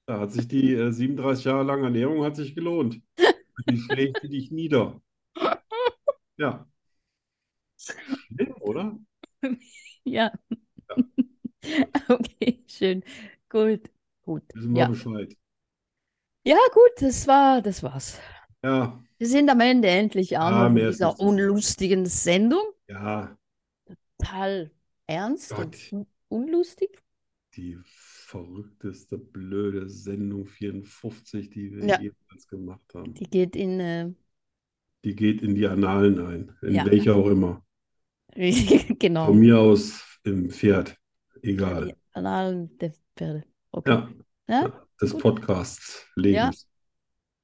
Speaker 1: da hat sich die äh, 37 Jahre lange Ernährung hat sich gelohnt. Die schlägt die dich nieder. Ja. Schlimm, oder?
Speaker 2: Ja. Okay, schön. Gut. Gut.
Speaker 1: Wissen wir
Speaker 2: Ja.
Speaker 1: Bescheid.
Speaker 2: Ja, gut, das war, das war's.
Speaker 1: Ja,
Speaker 2: Wir sind am Ende endlich, Arno,
Speaker 1: Ah,
Speaker 2: von
Speaker 1: mehr ist
Speaker 2: dieser
Speaker 1: nicht zu sagen.
Speaker 2: unlustigen Sendung.
Speaker 1: ja,
Speaker 2: Total ernst und
Speaker 1: Gott.
Speaker 2: un- unlustig.
Speaker 1: die verrückteste, blöde Sendung 54, die wir
Speaker 2: Ja.
Speaker 1: jemals gemacht haben.
Speaker 2: Die geht in, äh,
Speaker 1: Die geht in die Annalen ein, in
Speaker 2: Ja.
Speaker 1: welcher auch immer.
Speaker 2: genau,
Speaker 1: Von mir aus im Pferd, egal.
Speaker 2: die Annalen der Pferde. Okay.
Speaker 1: Ja,
Speaker 2: Ja,
Speaker 1: des
Speaker 2: Gut.
Speaker 1: Podcasts, Lebens.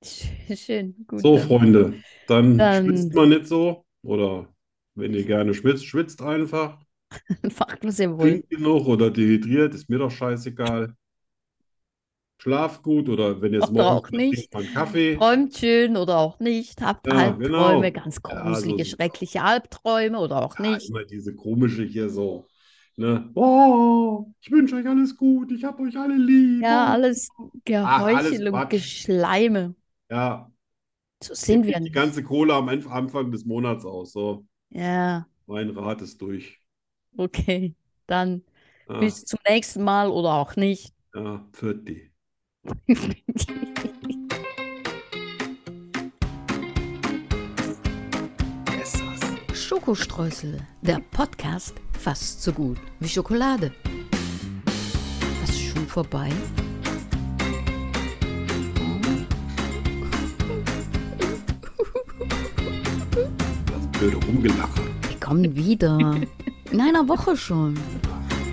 Speaker 2: schön, gut.
Speaker 1: So,
Speaker 2: dann.
Speaker 1: Freunde, dann
Speaker 2: Dann-
Speaker 1: schwitzt man nicht so. Oder wenn ihr gerne schwitzt, schwitzt einfach.
Speaker 2: Macht, was ihr wollt.
Speaker 1: Trinkt genug oder dehydriert, ist mir doch scheißegal. Schlaft gut oder wenn ihr es
Speaker 2: Oder
Speaker 1: morgens
Speaker 2: auch nicht.
Speaker 1: trinkt mal einen Kaffee.
Speaker 2: Träumt schön oder auch nicht, habt
Speaker 1: Ja,
Speaker 2: Albträume,
Speaker 1: genau.
Speaker 2: ganz
Speaker 1: Ja, so
Speaker 2: gruselige,
Speaker 1: sieht's
Speaker 2: schreckliche Albträume oder auch
Speaker 1: Ja,
Speaker 2: nicht.
Speaker 1: Ah, immer diese komische hier so. Ne? Oh, ich wünsche euch alles gut, ich hab euch alle lieb.
Speaker 2: Ja,
Speaker 1: Oh.
Speaker 2: alles
Speaker 1: Ach, alles
Speaker 2: Geheuchel und
Speaker 1: Quatsch.
Speaker 2: Geschleime.
Speaker 1: Ja,
Speaker 2: So sind wir
Speaker 1: gebt die
Speaker 2: nicht.
Speaker 1: ganze Kohle am Anf- Anfang des Monats aus. So,
Speaker 2: Ja,
Speaker 1: mein Rat ist durch.
Speaker 2: okay. Dann
Speaker 1: Ja,
Speaker 2: bis zum nächsten Mal oder auch nicht.
Speaker 1: ja, für die.
Speaker 3: Schokostreusel, der Podcast fast so gut wie Schokolade. Was ist schon vorbei?
Speaker 1: Das blöde Rumgelache.
Speaker 3: Wir kommen wieder. In einer Woche schon.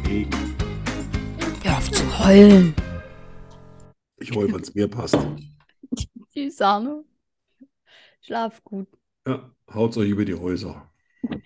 Speaker 1: Ey,
Speaker 3: Hör auf zu heulen.
Speaker 1: ich heul, wenn's mir passt.
Speaker 2: Tschüss, Arno. Schlaf gut.
Speaker 1: Ja, haut's euch über die Häuser.